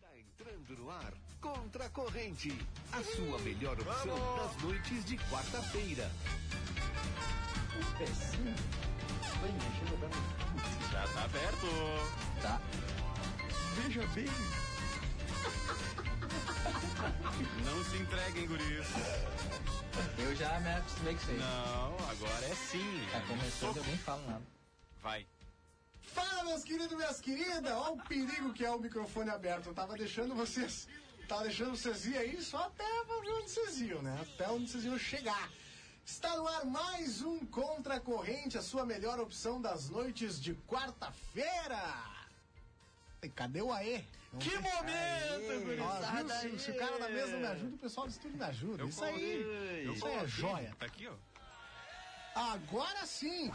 Tá no ar Contra a Corrente, a sua melhor opção das noites de quarta-feira. O pezinho foi mexendo agora. Já tá perto. Tá. Veja bem. Não se entreguem, guris. Eu já me acostumei com isso aí. Não, agora é sim. Tá começando, eu nem falo nada. Vai. Fala, meus queridos, minhas queridas! Olha o perigo que é o microfone aberto. Eu tava deixando vocês. Tava deixando vocês ir aí só até onde vocês iam, né? Até onde vocês iam chegar. Está no ar mais um Contra a Corrente, a sua melhor opção das noites de quarta-feira. E Cadê o AE? Não Que tem. momento, Ó, viu? gurizada. se, se o cara da mesa não me ajuda, o pessoal do estúdio me ajuda. isso aí, Eu isso aí é coloquei. joia. Tá aqui, ó. Agora sim!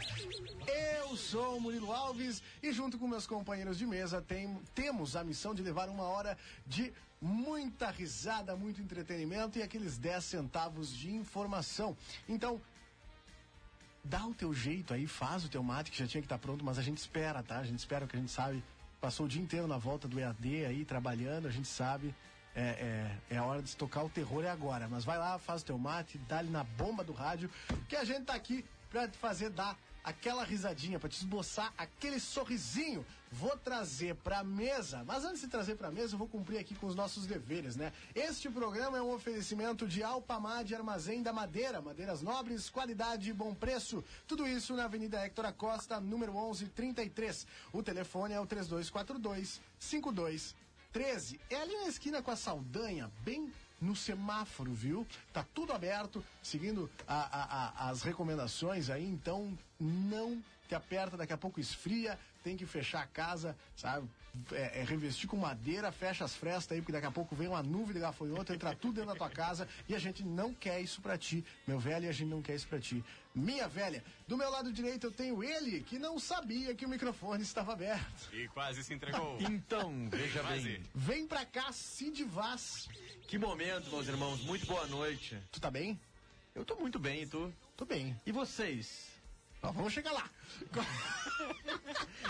Eu sou o Murilo Alves e junto com meus companheiros de mesa tem- temos a missão de levar uma hora de muita risada, muito entretenimento e aqueles 10 centavos de informação. Então, dá o teu jeito aí, faz o teu mate que já tinha que estar pronto, mas a gente espera, tá? A gente espera o que a gente sabe. Passou o dia inteiro na volta do EAD aí, trabalhando, a gente sabe. É, é, é a hora de estocar o terror é agora. Mas vai lá, faz o teu mate, dá-lhe na bomba do rádio, que a gente tá aqui pra te fazer dar aquela risadinha, pra te esboçar aquele sorrisinho. Vou trazer pra mesa, mas antes de trazer pra mesa, eu vou cumprir aqui com os nossos deveres, né? Este programa é um oferecimento de Alpamad Armazém da Madeira, madeiras nobres, qualidade e bom preço. Tudo isso na Avenida Héctor Acosta, número 1133. O telefone é o 3242 5213. É ali na esquina com a Saldanha, bem no semáforo, viu? Tá tudo aberto, seguindo a- a- a- as recomendações aí, então não te aperta, daqui a pouco esfria, tem que fechar a casa, sabe? É, é revestir com madeira, fecha as frestas aí, porque daqui a pouco vem uma nuvem de gafanhoto, entra tudo dentro da tua casa e a gente não quer isso pra ti, meu velho, e a gente não quer isso pra ti. Minha velha, do meu lado direito eu tenho ele, que não sabia que o microfone estava aberto. E quase se entregou. Então, veja Quase. bem. Vem pra cá, Cid Vaz. Que momento, meus irmãos. Muito boa noite. Tu tá bem? Eu tô muito bem, e tu? Tô bem. E vocês? Nós vamos chegar lá.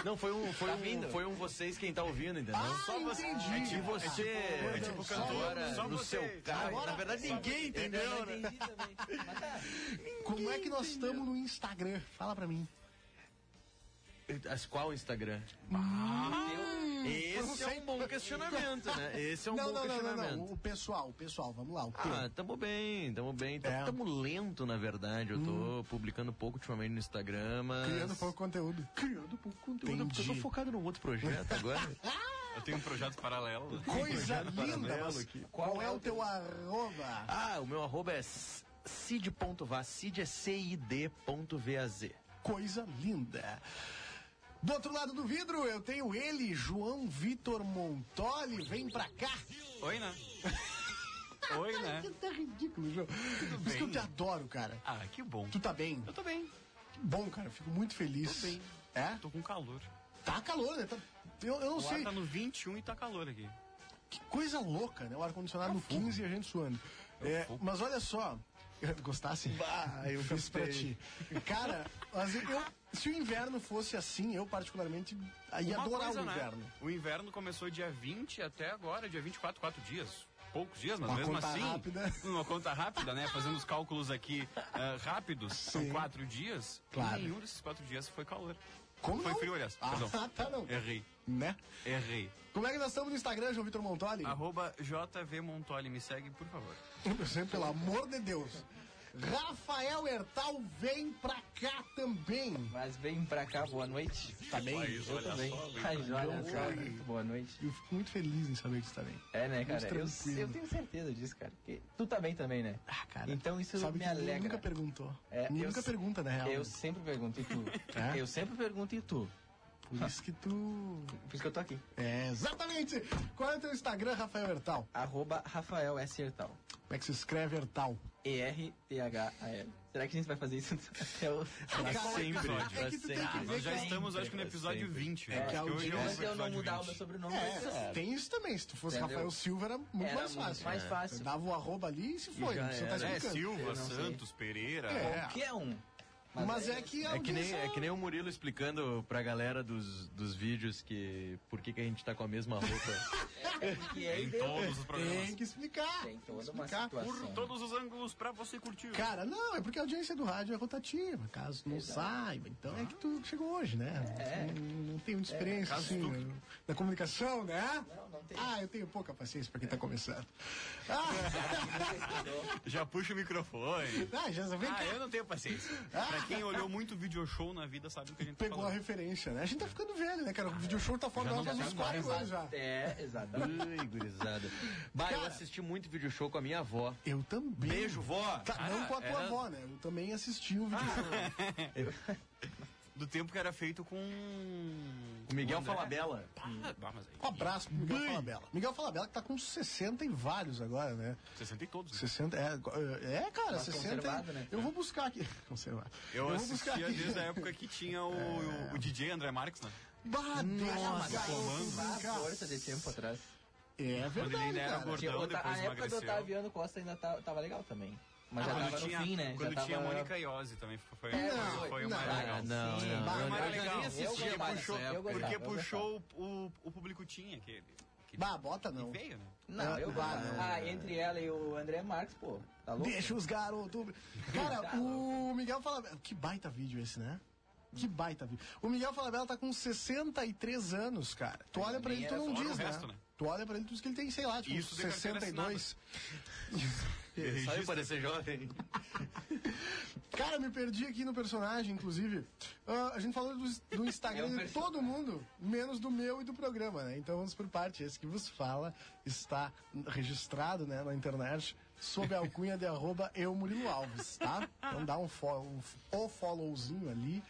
Não, foi um, foi um, foi um vocês quem tá ouvindo, entendeu? Ah, Só você. entendi. E você, é tipo tipo, cantora, cantora, só no você. seu carro. Agora- Na verdade, ninguém entendeu, né? Como é que nós estamos no Instagram? Fala pra mim. As qual Instagram? Ah, Esse é um bom questionamento, né? Esse é um não, bom não, não, não, questionamento. não. O pessoal, o pessoal, vamos lá. O teu. Ah, tamo bem, tamo bem. T- É. Tamo lento, na verdade. Eu tô publicando pouco ultimamente no Instagram, mas... Criando pouco conteúdo. Criando pouco conteúdo. Eu tô focado num outro projeto agora. Eu tenho um projeto paralelo. Coisa linda, paralelo mas aqui. qual é o teu arroba? Ah, o meu arroba é s- cid.vaz, cid é cid.vaz. Coisa linda. Do outro lado do vidro, eu tenho ele, João Vitor Montoli. Vem pra cá. Oi, né? Oi, Que né? tá ridículo, João. Por isso bem? que eu te adoro, cara. Ah, que bom. Tu tá bem? Eu tô bem. Que bom, cara. eu Fico muito feliz. Tô bem. É? Tô com calor. Tá calor, né? Tá- Eu, eu não O ar sei. tá no 21 e tá calor aqui. Que coisa louca, né? O É ar-condicionado no 15 e a gente suando. É, mas olha só. Gostasse? Bah, eu fiz pra ti. Cara, mas eu- eu- se o inverno fosse assim, eu particularmente ah, ia Uma adorar coisa, o né? inverno. O inverno começou dia 20 até agora, dia 24, quatro dias. Poucos dias, mas Uma mesmo conta assim. rápida. Uma conta rápida, né? Fazendo os cálculos aqui ah, rápidos, são Sim. quatro dias. Claro. E nenhum desses quatro dias foi calor. Como Foi não? frio, aliás. Ah, Perdão. tá não. Errei. Né? Errei. Como é que nós estamos no Instagram, João Vitor Montoli? Arroba JV Montoli, me segue, por favor. Eu sei, Pelo amor de Deus. Rafael Hertal vem pra cá também. Mas vem pra cá, boa noite. Tá bem? Eu também. Mas olha só, muito boa noite. Eu fico muito feliz em saber que você tá bem. É, né, cara? Muito Eu, tranquilo. eu tenho certeza disso, cara. Porque tu tá bem também, né? Ah, cara. Então isso me Sabe que alegra. Nunca perguntou. É, eu se- nunca pergunta, na real. Eu sempre pergunto e tu. É? Eu sempre pergunto e tu. Por isso que tu. Por isso que eu tô aqui. É, exatamente! Qual é o teu Instagram, Rafael Hertal? Arroba Rafael S. Hertal. Como é que se escreve Hertal? E-R-T-H-A-L. Será que a gente vai fazer isso até o. Cara, qual é o episódio? É que tu tem que ver Nós já que- estamos, acho que no episódio 20. é que a acho hoje audiência- Antes o de eu não episódio mudar o meu 20. sobrenome, mas É, tem isso também. Se tu fosse Entendeu? Rafael Silva, era muito Era mais muito fácil. mais É. fácil. Dava o arroba ali e se foi. já Você tá era. É, explicando. Silva, Eu não sei. Santos, Pereira. É. qualquer um. Mas, é que É que, alguém nem, só- é que nem o Murilo explicando pra galera dos, dos vídeos que por que, que a gente tá com a mesma roupa. Que é Em ideia. todos os Tem programas. que explicar. Tem toda que uma explicar. Por situação. todos os ângulos pra você curtir. Cara, não, é porque a audiência do rádio é rotativa, caso tu não saiba. Então é que tu chegou hoje, né? Tu Não, não tem muita experiência assim, né? da comunicação, né? Não, não tem. Ah, eu tenho pouca paciência pra quem tá começando. Ah, Já puxa o microfone. ah, já vem cá. Ah, eu não tenho paciência. Pra quem olhou muito video show na vida sabe o que a gente tá Ah. Pegou a falando. referência, né? A gente tá ficando velho, né, cara? O video show tá fora Já da não faz tá uns mais, 4 anos já. É, exatamente. Ai, gurizada. Bah, eu Cara. assisti muito vídeo show com a minha avó. Eu também. Beijo, vó! Tá, não com a tua era- avó, né? Eu também assisti o video show. Do tempo que era feito com. O Miguel André. Falabella. Ah, bah, mas aí. Um abraço pro Miguel Falabella. Miguel Falabella que tá com 60 e vários agora, né? 60 e todos. né? 60, é, é cara, Mas 60. conservado, né? Eu vou buscar aqui. Conservado. Eu, vou buscar assistia aqui. É. desde a época que tinha o, o DJ André Marques, né? Bah, Deus, cara, eu vou Vá à buscar. força de tempo atrás. Quando É ele verdade, ainda era cara. gordão, Tinha outra- depois a época do emagreceu. Otaviano Costa ainda tá- tava legal também. Mas já Ah, quando tava tinha, no fim, né? Quando já tinha a tava... É, Mônica Iose também foi, foi, Não, foi, foi o não. mais legal. Ah, não, Sim, não. bah, não, mas não. é legal. nem assisti, Eu gostava, puxou- eu gostava. Porque eu puxou o, o, o público tinha aquele. aquele Bah, bota que não. veio, né? Não, eu Ah, gosto. não. Ah, entre ela e o André Marques, pô. Tá louco? Deixa os garotos. Cara, o Miguel Falabella. Que baita vídeo esse, né? Que baita vídeo. O Miguel Falabella tá com 63 anos, cara. Tu olha pra ele, tu não Fora o diz, né? resto, né? Tu olha pra ele, tu diz que ele tem, sei lá, tipo, Isso de carteira 62. Só eu parecer jovem. Cara, me perdi aqui no personagem, inclusive. Ah, a gente falou do, do Instagram É um de todo mundo, menos do meu e do programa, né? Então vamos por parte. Esse que vos fala está registrado né, na internet sob a alcunha de arroba eu Murilo Alves, tá? Então dá um, fo um, f- o followzinho ali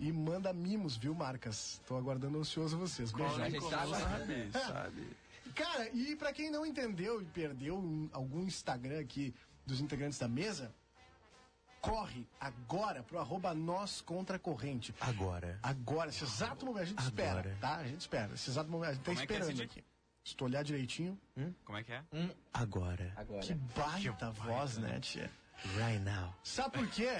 e manda mimos, viu, Marcas? Tô aguardando ansioso vocês. Beijo. A gente tá Sabe, sabe. Cara, e pra quem não entendeu e perdeu um- algum Instagram aqui dos integrantes da mesa, corre agora pro arroba nós contra a corrente. Agora. Agora, esse exato momento, a gente espera, Agora. tá? A gente espera. Esse exato momento, a gente tá Como é que é esse esperando dia? aqui. Se tu olhar direitinho, Como é que é? Hum. Agora. agora. que baita voz, né, tia? Right now. Sabe por quê?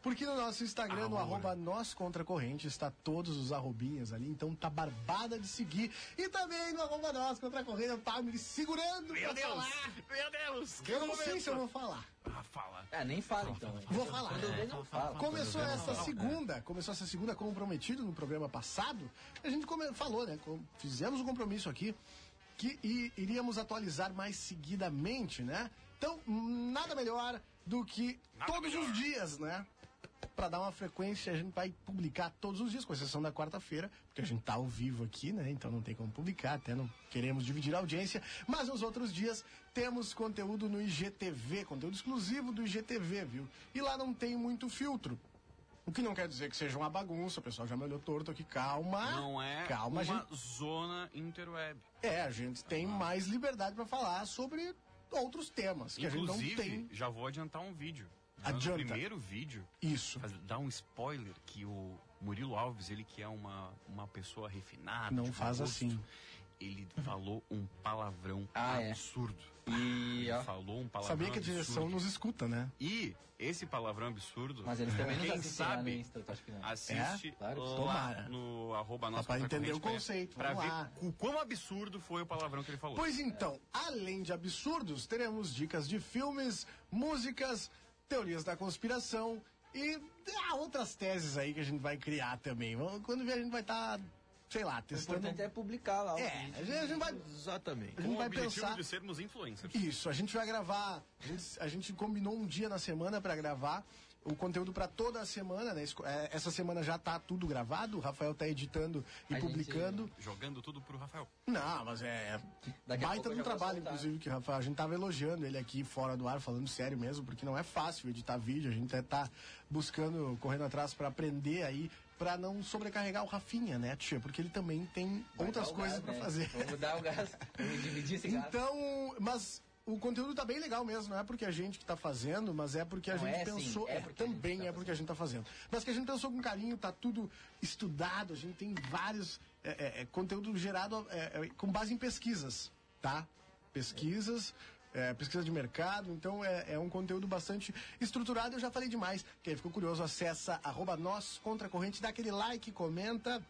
Porque no nosso Instagram, no arroba nós contra a corrente, está todos os arrobinhas ali, então tá barbada de seguir. E também no arroba nós contra a corrente, tá me segurando pra falar. Meu Deus! Eu não sei se eu vou falar. Ah, fala. É, Ah, nem fala então. né? Vou falar. Quando vê, não fala. Começou essa segunda, começou essa segunda como prometido no programa passado. A gente come- falou, né? com- Fizemos um compromisso aqui que i- iríamos atualizar mais seguidamente, né? Então, nada melhor do que Nada todos melhor. os dias, né? Pra dar uma frequência, a gente vai publicar todos os dias, com exceção da quarta-feira, porque a gente tá ao vivo aqui, né? Então não tem como publicar, até não queremos dividir a audiência. Mas nos outros dias temos conteúdo no IGTV, conteúdo exclusivo do IGTV, viu? E lá não tem muito filtro. O que não quer dizer que seja uma bagunça, o pessoal já me olhou torto aqui, calma. Não é Ah? Calma, uma gente. zona interweb. É, a gente Ah. tem mais liberdade pra falar sobre outros temas que a gente não Inclusive, tem. já vou adiantar um vídeo. Adianta. No primeiro vídeo, Isso. faz- dá um spoiler que o Murilo Alves, ele que é uma, uma pessoa refinada. Não de faz gosto, assim. Ele falou um palavrão Ah, é. absurdo. E, Ele ó, falou um palavrão Sabia que a direção absurdo. nos escuta, né? E esse palavrão absurdo, mas eles também quem não sabe, sabem Insta, tu acha que não? assiste É? Claro, lá tomara. no arroba nossa pra Contra entender Corrente o conceito, pra vamos ver lá. o quão absurdo foi o palavrão que ele falou. Pois então, além de absurdos, teremos dicas de filmes, músicas, teorias da conspiração e ah, outras teses aí que a gente vai criar também. Vamos- Quando vier, a gente vai estar, sei lá, O testando. importante é publicar lá o É, vídeo. a gente a gente vai Exatamente. a com gente o vai objetivo pensar- de sermos influencers. Isso, a gente vai gravar. A gente, a gente combinou um dia na semana pra gravar o conteúdo pra toda a semana, né? Esco- é, Essa semana já tá tudo gravado, o Rafael tá editando e A gente- publicando. Jogando tudo pro Rafael. Não, mas é. Daqui a pouco baita eu de já um vou trabalho, soltar. inclusive, que o Rafael. A gente tava elogiando ele aqui fora do ar, falando sério mesmo, porque não é fácil editar vídeo. A gente até tá buscando, correndo atrás pra aprender aí, pra não sobrecarregar o Rafinha, né, tia? Porque ele também tem Vai outras dar o coisas gás, pra né? fazer. Vamos dar o gás. Vamos dividir esse gás. Então, mas o conteúdo tá bem legal mesmo, não é porque a gente que tá fazendo, mas é porque a Não, gente é sim, pensou, é é, porque a gente também tá é porque a gente tá fazendo. Mas que a gente pensou com carinho, tá tudo estudado, a gente tem vários é, é, é, conteúdo gerado é, é, com base em pesquisas, tá? Pesquisas é, pesquisa de mercado. Então é, é um conteúdo bastante estruturado. Eu já falei demais. Quem ficou curioso, acessa arroba nós contra a corrente, dá aquele like, comenta,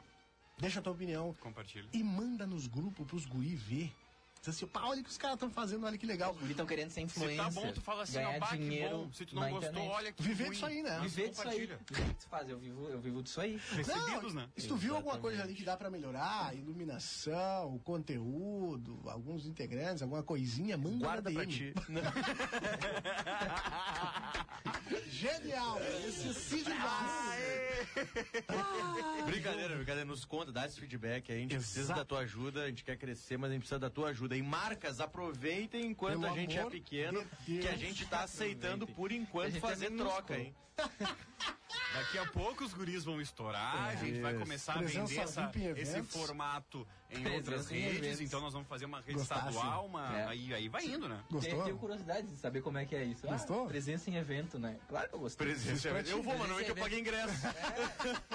deixa a tua opinião Compartilha. e manda nos grupos pros guri ver. Diz assim, pá, olha o que os caras estão fazendo, olha que legal. Eles estão querendo Se ser influencer. tá bom, tu fala assim, ó, ganhar pá, que dinheiro bom. Se tu não na gostou, internet. olha que Viver ruim. disso aí, né? Mas Viver disso aí. compartilha. Viver disso faz, eu vivo, eu vivo disso aí. Recebidos, né? Se tu viu alguma Exatamente. coisa ali que dá pra melhorar, iluminação, o conteúdo, alguns integrantes, alguma coisinha, manda Guarda na pra DM. ti. Não, Genial! Esse Cid Barros. brincadeira, brincadeira. Nos conta, dá esse feedback aí. A gente precisa Exato. da tua ajuda, a gente quer crescer, mas a gente precisa da tua ajuda. E marcas, aproveitem enquanto Pelo a gente é amor pequeno, de Deus. que a gente tá aceitando por A enquanto gente é fazer minúsculo. troca, hein? Daqui a pouco os guris vão estourar, a gente vai começar a Presença vender essa- VIP em esse eventos. formato em Presença outras em redes, eventos. então nós vamos fazer uma rede Gostasse. estadual, uma, É. aí, aí vai indo, né? Tenho, tenho Gostou? curiosidade de saber como é que é isso. Ah, Gostou? presença em evento, né? Claro que eu gostei. Presença. Eu vou, mano, é que eu Presença. paguei ingresso.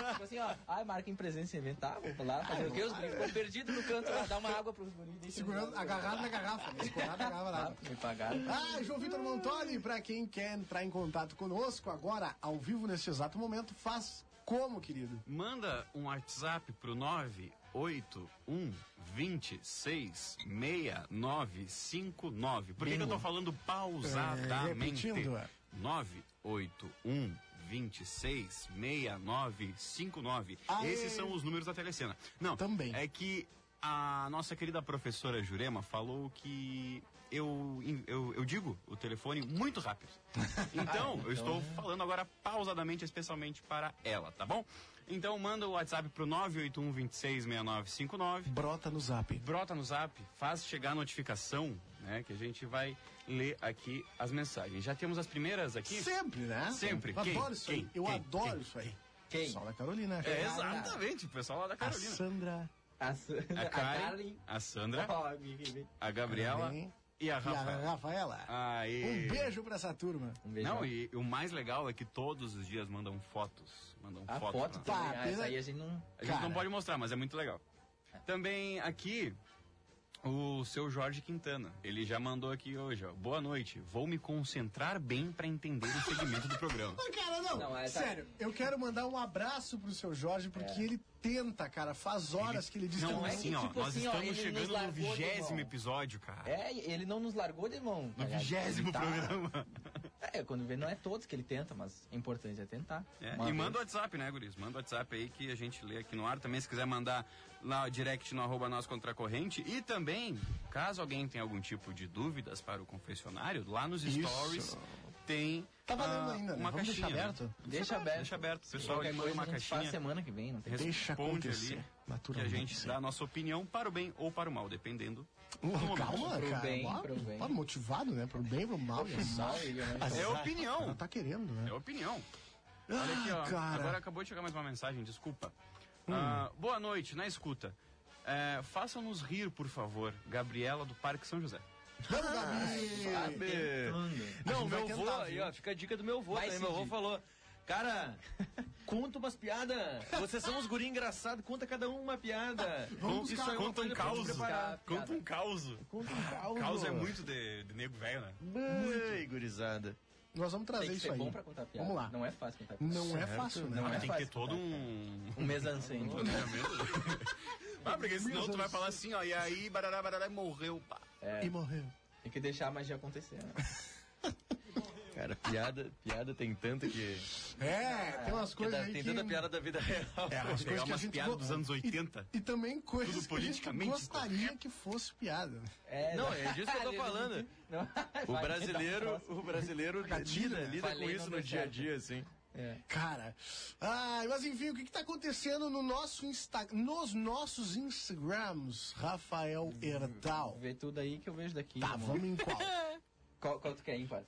Tipo assim, ó, ai, marca em presença em evento. Tá, vou lá fazer o quê? Os guris ficam perdidos no canto lá, dá uma água pros guris. deixa eles Segurando, lá. agarrado na garrafa, né? Escorado na garrafa. Ah, lá. me pagaram. Ah, João Vitor Montoli, pra quem quer entrar em contato conosco agora, ao vivo, nesse exato momento, faz como, querido? Manda um WhatsApp pro 981 26 6959. Por que, que eu tô falando pausadamente? É, repetindo, é. 981 26 6959. Aê! Tá Esses são os números da Telecena. Não, Também. é que a nossa querida professora Jurema falou que eu, eu, eu digo o telefone muito rápido. Então, eu estou falando agora pausadamente, especialmente para ela, tá bom? Então, manda o WhatsApp pro 981 26 6959 Brota no zap. brota no zap, faz chegar a notificação, né? Que a gente vai ler aqui as mensagens. Já temos as primeiras aqui? Sempre, né? Sempre. Eu adoro Quem? isso Quem? aí. Eu Quem? adoro Quem? isso aí. Quem? Sol da Carolina. É, exatamente, o pessoal lá da A Carolina. Sandra. A, Sa- A Karen, a né? Karen. a Sandra, Ó, amigo, a Gabriela Karen. e a E a Rafaela. Rafaela. Aê. Um beijo pra essa turma. um beijão. Não, e o mais legal é que todos os dias mandam fotos. Mandam A foto. né? foto pra nós. também. Tá, Ah, essa pena- aí a gente não... A gente não cara. pode mostrar, mas é muito legal. Também aqui, o seu Jorge Quintana. Ele já mandou aqui hoje, ó. Boa noite. Vou me concentrar bem pra entender o segmento do programa. Mas, cara, não. Não, é, tá. Sério, eu quero mandar um abraço pro seu Jorge, porque ele tenta, cara. Faz horas que ele diz que Não, não é assim, que, ó, tipo nós assim, ó, estamos ele nos chegando no largou de mão. vigésimo episódio, cara. É, ele não nos largou de mão. No tá ligado? vigésimo Ele tá- programa. É, quando vê, não é todos que ele tenta, mas é importante é tentar. É, Uma e vez. manda o WhatsApp, né, guris? Manda o WhatsApp aí que a gente lê aqui no ar. Também se quiser mandar lá o direct no arroba nós contra a corrente. E também, caso alguém tenha algum tipo de dúvidas para o confessionário, lá nos Isso. stories tem Tá valendo ah, ainda, né? uma Vamos caixinha. né? deixar aberto? Deixa aberto. Deixa aberto. O pessoal Qualquer ele manda coisa uma a gente faz caixinha. semana que vem, não tem Deixa responde acontecer, ali que a naturalmente. gente dá a nossa opinião para o bem ou para o mal, dependendo. Uh, calma, Pro cara. bem, Ó, pro bem. ó, motivado, né? Pro bem, pro mal. e mal, azar. ele né? não- Azar. É opinião. Ela tá querendo, né? É opinião. Ah, Olha aqui, ó. cara. Hum. Agora acabou de chegar mais uma mensagem, desculpa. Ah, boa noite, na escuta. É, Façam-nos rir, por favor. Gabriela do Parque São José. Vamos, Gabi! Não, gente vai meu tentar, vô, viu? aí ó, fica a dica do meu vô Vai, também. Meu vô Cid. falou, cara, conta umas piadas. Vocês são uns guri engraçados, conta cada um uma piada. Vamos Isso buscar- aí é uma Conta um coisa pra te caos. preparar. Conta um caos. Conta um caos. Caos é muito de, de nego velho, né? Ai, gurizada. Nós vamos trazer Tem que isso ser aí. bom pra contar piada. Vamos lá. Não é fácil contar piada. Não é fácil, né? Não Mas é tem que fácil, ter todo tá? Hum. um. Um mesancem. Ah, porque senão tu vai falar assim, ó, e aí, barará, barará, e morreu. pá. E morreu. É, Tem que deixar a magia acontecer, né? Cara, piada, piada tem tanta que. É, tem umas que coisas dá- aí tem que... tanta piada da vida real. É, Pegar umas coisas que a umas gente piadas go- dos anos 80. E também coisas Tudo que politicamente a gente gostaria que fosse piada. né? É, Não, é disso que eu tô falando. Não, O vai, brasileiro, tá o brasileiro lida, lida com Falei, isso não deu no dia a certo. dia, assim. Cara, ai, mas enfim, o que, que tá acontecendo no nosso Insta... nos nossos Instagrams, Rafael Hertal? Vê tudo aí que eu vejo daqui. Tá, mano. vamos em qual? Qual, qual tu quer, ímpar?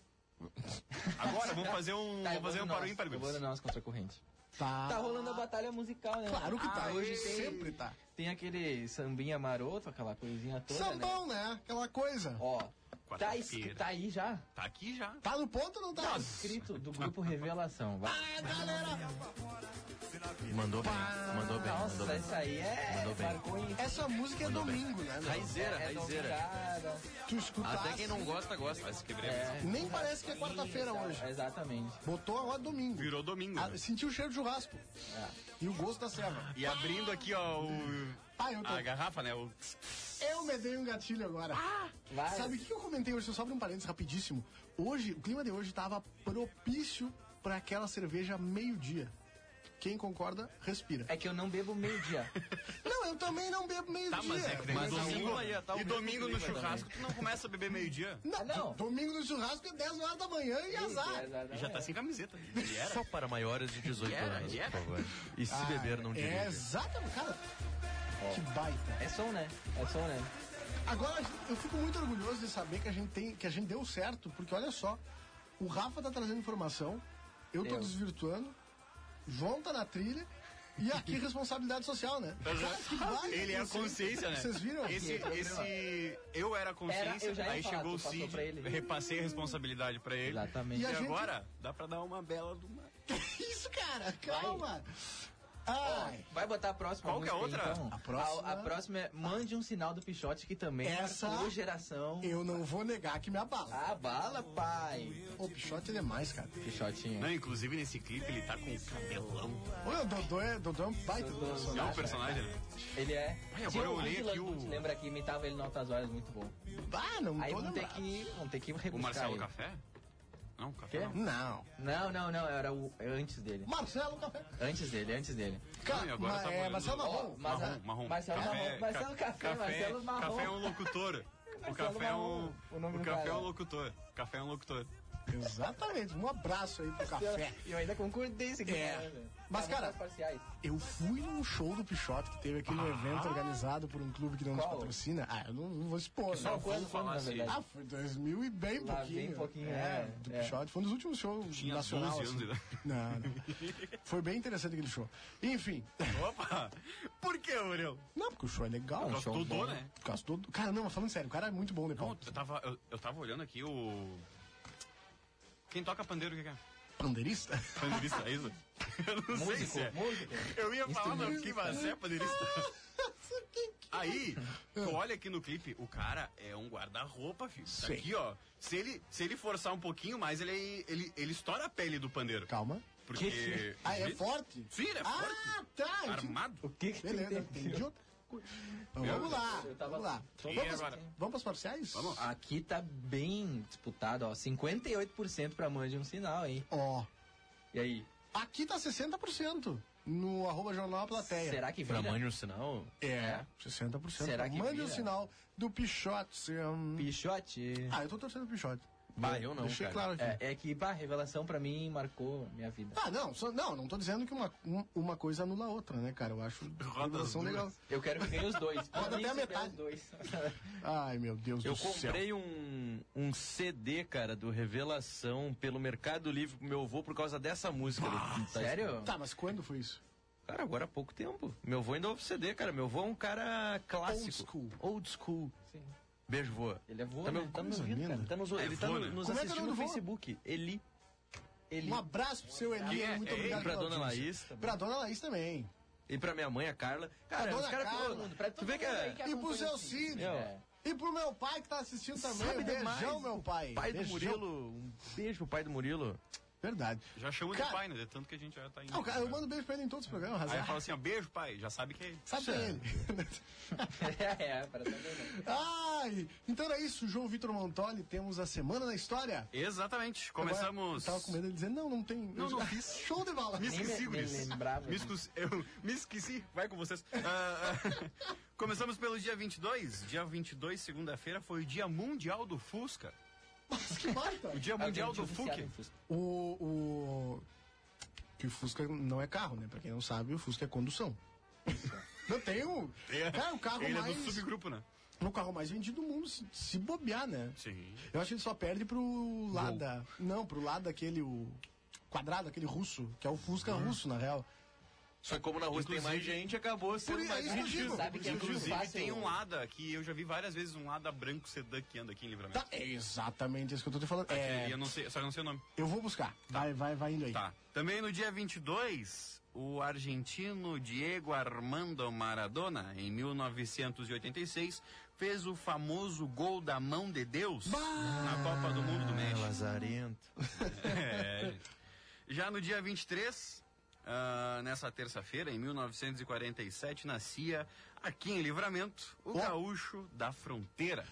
Agora, vamos fazer um. Tá, vamos eu fazer vou um no para o nosso, ímpar, Eu vou no guris. nosso contra a corrente. Tá. Tá rolando a batalha musical, né? Claro que tá, Ah, hoje hoje tem, sempre tá. tem aquele sambinha maroto, aquela coisinha toda, né? Sambão, né? Aquela coisa. Ó, tá, Quarta-feira. escri- tá aí já, Tá aqui já. Tá no ponto ou não tá? escrito do grupo Revelação. Vai. Ah, galera! Mandou bem, mandou Ah, bem, mandou Nossa, bem. isso aí é. Mandou bem. Marcou em. Essa música é domingo, né? meu? Raizeira, Tá é raizeira. dominada. Tu escutar. Até quem não gosta, gosta. Mas que breve. Nem parece que é quarta-feira Isso, hoje. Exatamente. Botou agora domingo. Virou domingo. Ah, né? É. Ah, sentiu o cheiro de churrasco. E o gosto da serva. E abrindo aqui, ó, o- Ah, eu, tô- a garrafa, né? O eu me dei um gatilho agora. Vai. Sabe o que eu comentei hoje? Eu só abro um parênteses rapidíssimo. Hoje, o clima de hoje tava propício para aquela cerveja meio-dia. Quem concorda, respira. É que eu não bebo meio-dia. Não, eu também não bebo meio-dia. Tá, mas é que Mas domingo, domingo aí, tá o e mesmo domingo no clima também. churrasco, tu não começa a beber meio-dia. Não, Não. né? domingo no churrasco é 10 horas da manhã e azar. E já tá sem camiseta. E era. Só para maiores de 18 Era, anos, era. por favor. E Ah, se beber, não É, dirija. exatamente, cara. Que baita. É som, né? É som, né? Agora, eu fico muito orgulhoso de saber que a gente tem, que a gente deu certo, porque olha só, o Rafa tá trazendo informação, eu tô Eu. desvirtuando, João tá na trilha e aqui responsabilidade social, né? Tá Cara, que baita Ele é a vocês- consciência, né? Vocês viram? Esse, esse, eu era a Era, eu consciência, já ia aí falar, chegou o tu passou Cid, pra ele. repassei a responsabilidade pra ele. Exatamente. E, E a gente- agora, dá pra dar uma bela de uma... Isso, cara, calma. Ai, Vai botar a próxima. Qual que é a música, outra? então? A próxima- A, a próxima é Mande um Sinal do Pichote, que também Essa- marcou geração. eu não vou negar que me abala. Ah, bala, pai. O Pichote ele é demais, cara. Pichotinho. Não, inclusive nesse clipe ele tá com um cabelão. Olha, o Dodô é, Dodô é um baita do Dodô. É um personagem. personagem, né? Ele é. Ai, agora Tinha eu o olhei Rudy aqui Langucci, o- lembra que imitava ele em altas horas, muito bom. Ah, não Aí tô vão ter lembrado. que, vão ter que O rebuscar Marcelo ele. Café? Não, Café Quê? não. Não. Não, não, não, era o é antes dele. Marcelo Café. Antes dele, antes dele. Não, e agora Mas- tá é, morando- Marcelo Marrom. Ó, mas- marrom, marrom. Marcelo Marrom, Marcelo ca- Café, Marcelo Marrom. Café é um locutor. O Marcelo café é um. Marrom, o nome O do café cara. é um locutor. Café é um locutor. Exatamente. Um abraço aí pro café. E eu ainda concordei isso aqui. É. né? Mas, cara, Perguntas parciais. Eu fui num show do Pichote que teve aqui Ah. no evento organizado por um clube que não nos Qual? patrocina. Ah, eu não, não vou expor, Não, né? vamos quando falar falar assim. Ah, foi 2000 e bem Lá pouquinho. bem pouquinho, é, é, do é. Pichote. Foi um dos últimos shows Tinha nacional. assim. 12 anos de idade. Não, não. Foi bem interessante aquele show. Enfim. Opa! Por que, Muriel? Não, porque o show é legal. Por o causa show do é bom. Dodô, né? Por causa do... Cara, não, mas falando sério, o cara é muito bom, né, Não, Paulo? eu tava, eu, eu tava olhando aqui o. Quem toca pandeiro, o que que é? Pandeirista? Pandeirista, é isso? Eu não sei se é. Músico. Eu ia falar, mas que você é pandeirista. Aí, tu olha aqui no clipe, o cara é um guarda-roupa, filho. Tá Sim. aqui, ó. Se ele, se ele forçar um pouquinho mais, ele, ele, ele estoura a pele do pandeiro. Calma. Porque. Ah, é forte? Sim, ele é Ah, forte. tá. eu tinha- O Armado. que que tu Beleza, entendeu? entendi outra coisa. Então, vamos lá, Eu tava- vamos lá. E Vamos, agora? vamos para os parciais? Vamos. Aqui tá bem disputado, ó. 58% pra mande um sinal, hein? Ó, E aí? aqui tá 60% no arroba jornal a plateia. Será que Pra vira? mãe um sinal? É, 60%. Será que Mande o é? vira? sinal do Pichote. hum. Pichote. Ah, eu tô torcendo o Pichote. Bah, eu não, Deixei cara. claro aqui. É, é que, bah, revelação pra mim marcou minha vida. Ah, não, só- não, não tô dizendo que uma, um- uma coisa anula a outra, né, cara? Eu acho Roda revelação as duas. legal. Eu quero que ganhe os dois. Nem Roda até se a ganhar metade. Os dois. Ai, meu Deus Eu do céu. comprei um, um CD, cara, do Revelação pelo Mercado Livre pro meu avô por causa dessa música. Ele- tá- Sério? Tá, mas quando foi isso? Cara, agora há pouco tempo. Meu avô ainda ouve CD, cara. Meu avô é um cara clássico. Old school. Old school. Sim. Beijo, vô. Ele é vô, Tá, né? meu- tá nos Coisa ouvindo, linda. cara. Tá nos, É ele tá vô, no- né? nos Como é que é o assistindo nome no do vô? Facebook. Eli. Eli. Um abraço pro seu Eli, Que é- muito é, obrigado pra pela dona audiência. Laís também. Pra dona Laís também. E pra minha mãe, a Carla. Pra Cara, dona os caras Carla. pelo- Pra todo Tu vê que mundo é- aí que E pro acompanha seu o Cid. Meu, É. E pro meu pai que tá assistindo também. Sabe um beijão, demais. meu pai. pai do Beijão. Murilo. Um beijo pro pai do Murilo. Verdade. Já chama de Cara- pai, né? De tanto que a gente já tá indo. Não, cara, eu mando beijo pra ele em todos os programas, Aí Razar. fala assim, ó, beijo, pai. Já sabe que é ele. Sabe pra ele. é, é, para saber, né? Ai, então era isso, João Vitor Montoli. Temos a Semana na História. Exatamente. Agora, Começamos. eu tava com medo de dizer, não, não tem. Não, não fiz. Show de bola. Me esqueci, Nem me- Guris. nem lembrava. Me esqueci, eu me esqueci. Vai com vocês. Ah, ah, começamos pelo dia 22. Dia 22, segunda-feira, foi o Dia Mundial do Fusca. Mas que baita. O Dia Alguém Mundial tinha do oficiado Fusca. um em Fusca. O, o... Que o Fusca não é carro, né? Pra quem não sabe, o Fusca é condução. Não tem o... Cara, o carro É. Ele é do mais... subgrupo, né? o carro mais vendido do mundo, se, se bobear, né? Sim. Eu acho que ele só perde pro Lada. Não, pro Lada aquele o quadrado, aquele russo, que é o Fusca russo, na real. Só que como na rua tem mais gente, acabou sendo Por- é mais isso que eu difícil. digo. Sabe que é muito Inclusive, fácil. tem um Lada que eu já vi várias vezes um Lada branco sedã que anda aqui em livramento. Tá, é exatamente isso que eu tô te falando. É, Aquele, eu não sei, só que eu não sei o nome. eu vou buscar. Vai, vai, vai indo aí. Tá. Também no dia 22, o argentino Diego Armando Maradona, em 1986, fez o famoso gol da mão de Deus na Copa do Ah, Mundo do México. lazarento. É, gente. Já no dia 23, ah, nessa terça-feira, em 1947, nascia aqui em Livramento o gaúcho da fronteira.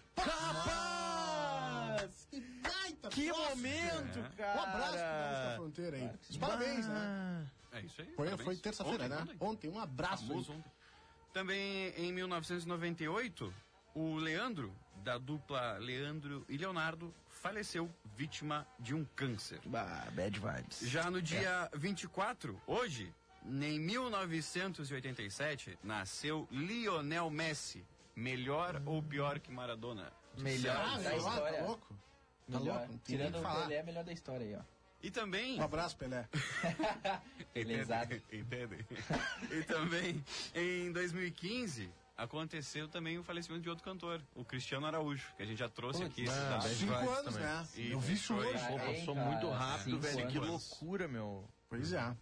Capaz! Que baita Que próximo. momento, Um cara! abraço pro Gaúcho da Fronteira aí. Os parabéns, né? É isso aí. Foi, parabéns. foi terça-feira, né? Ontem, Ontem, um abraço. Famoso ontem. Também em 1998, o Leandro, da dupla Leandro e Leonardo, faleceu vítima de um câncer. Bah, bad vibes. É. Já no dia 24, hoje, em 1987, nasceu Lionel Messi. Melhor ou pior que Maradona? Melhor Ah, da é. sei lá, tá história. louco? Tá Melhor. louco? Não tem nem o Tirando que o falar. Pelé, é melhor da história aí, ó. E também. Um abraço, Pelé. Belezado. Entende? e também, em 2015, aconteceu também o falecimento de outro cantor, o Cristiano Araújo, que a gente já trouxe Putz, aqui. tá? ah, bem Cinco Vai, anos, também. né? E eu vi isso foi- hoje. Pô, passou muito rápido, Cinco velho. Que anos. loucura, meu. Pois é.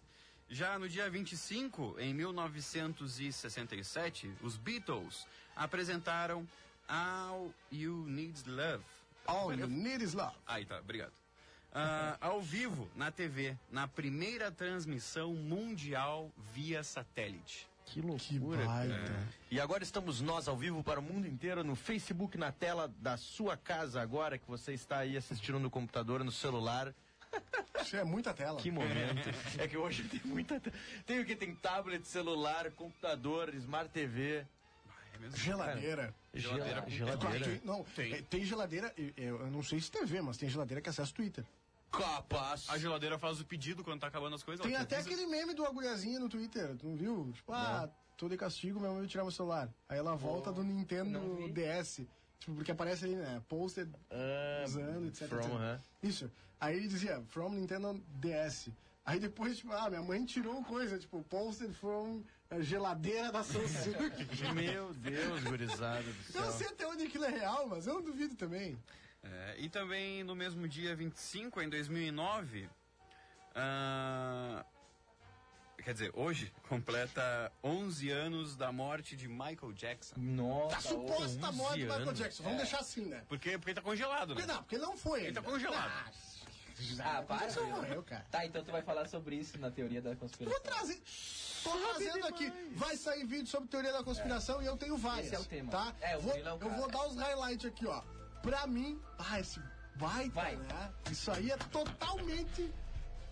Já no dia 25, em 1967, os Beatles apresentaram All You Need Love. All you need is love. Aí tá, obrigado. Ah, ao vivo, na TV, na primeira transmissão mundial via satélite. Que Que loucura. baita. E agora estamos nós ao vivo para o mundo inteiro no Facebook, na tela da sua casa agora, que você está aí assistindo no computador, no celular. Isso é muita tela. Que momento. é que hoje tem muita... Tem o que? Tem tablet, celular, computador, Smart TV, É mesmo? Geladeira. Geladeira gela- com geladeira. Tem- Não, Tem. é, tem geladeira, eu- eu não sei se TV, mas tem geladeira que acessa o Twitter. Capaz. A geladeira faz o pedido quando tá acabando as coisas. Tem ela até avisa. aquele meme do agulhazinha no Twitter, tu não viu? Tipo, ah, tô de castigo, minha mãe vai tirar meu celular. Aí ela volta do Nintendo não vi. DS. Tipo, porque aparece ali, né? Posted Ah, usando, etc. from, né? etc. aham. Isso. Aí ele dizia, from Nintendo DS. Aí depois, tipo, ah, minha mãe tirou coisa, tipo, posted from eh, geladeira da Samsung. uh-huh. Meu Deus, gurizada do Então, eu não sei céu. até onde aquilo é real, mas eu não duvido também. É, e também no mesmo dia 25, em 2009, ah, quer dizer, hoje completa 11 anos da morte de Michael Jackson. Nossa, A Tá suposta 11 morte do Michael anos. Jackson, vamos deixar assim, né? Porque, porque tá congelado, né? Porque não, porque ele não foi. Ele tá ainda. congelado. Ah, para, Jackson meu. morreu, cara. Tá, então tu vai falar sobre isso na teoria da Eu Vou conspiração. trazer. Tô trazendo aqui. Vai sair vídeo sobre teoria da conspiração e eu tenho várias. Esse é o tema. Tá? É, o vou, Murilão, eu cara. vou dar os highlights aqui, ó. Pra mim, ah, esse baita, Vai. né? Isso aí é totalmente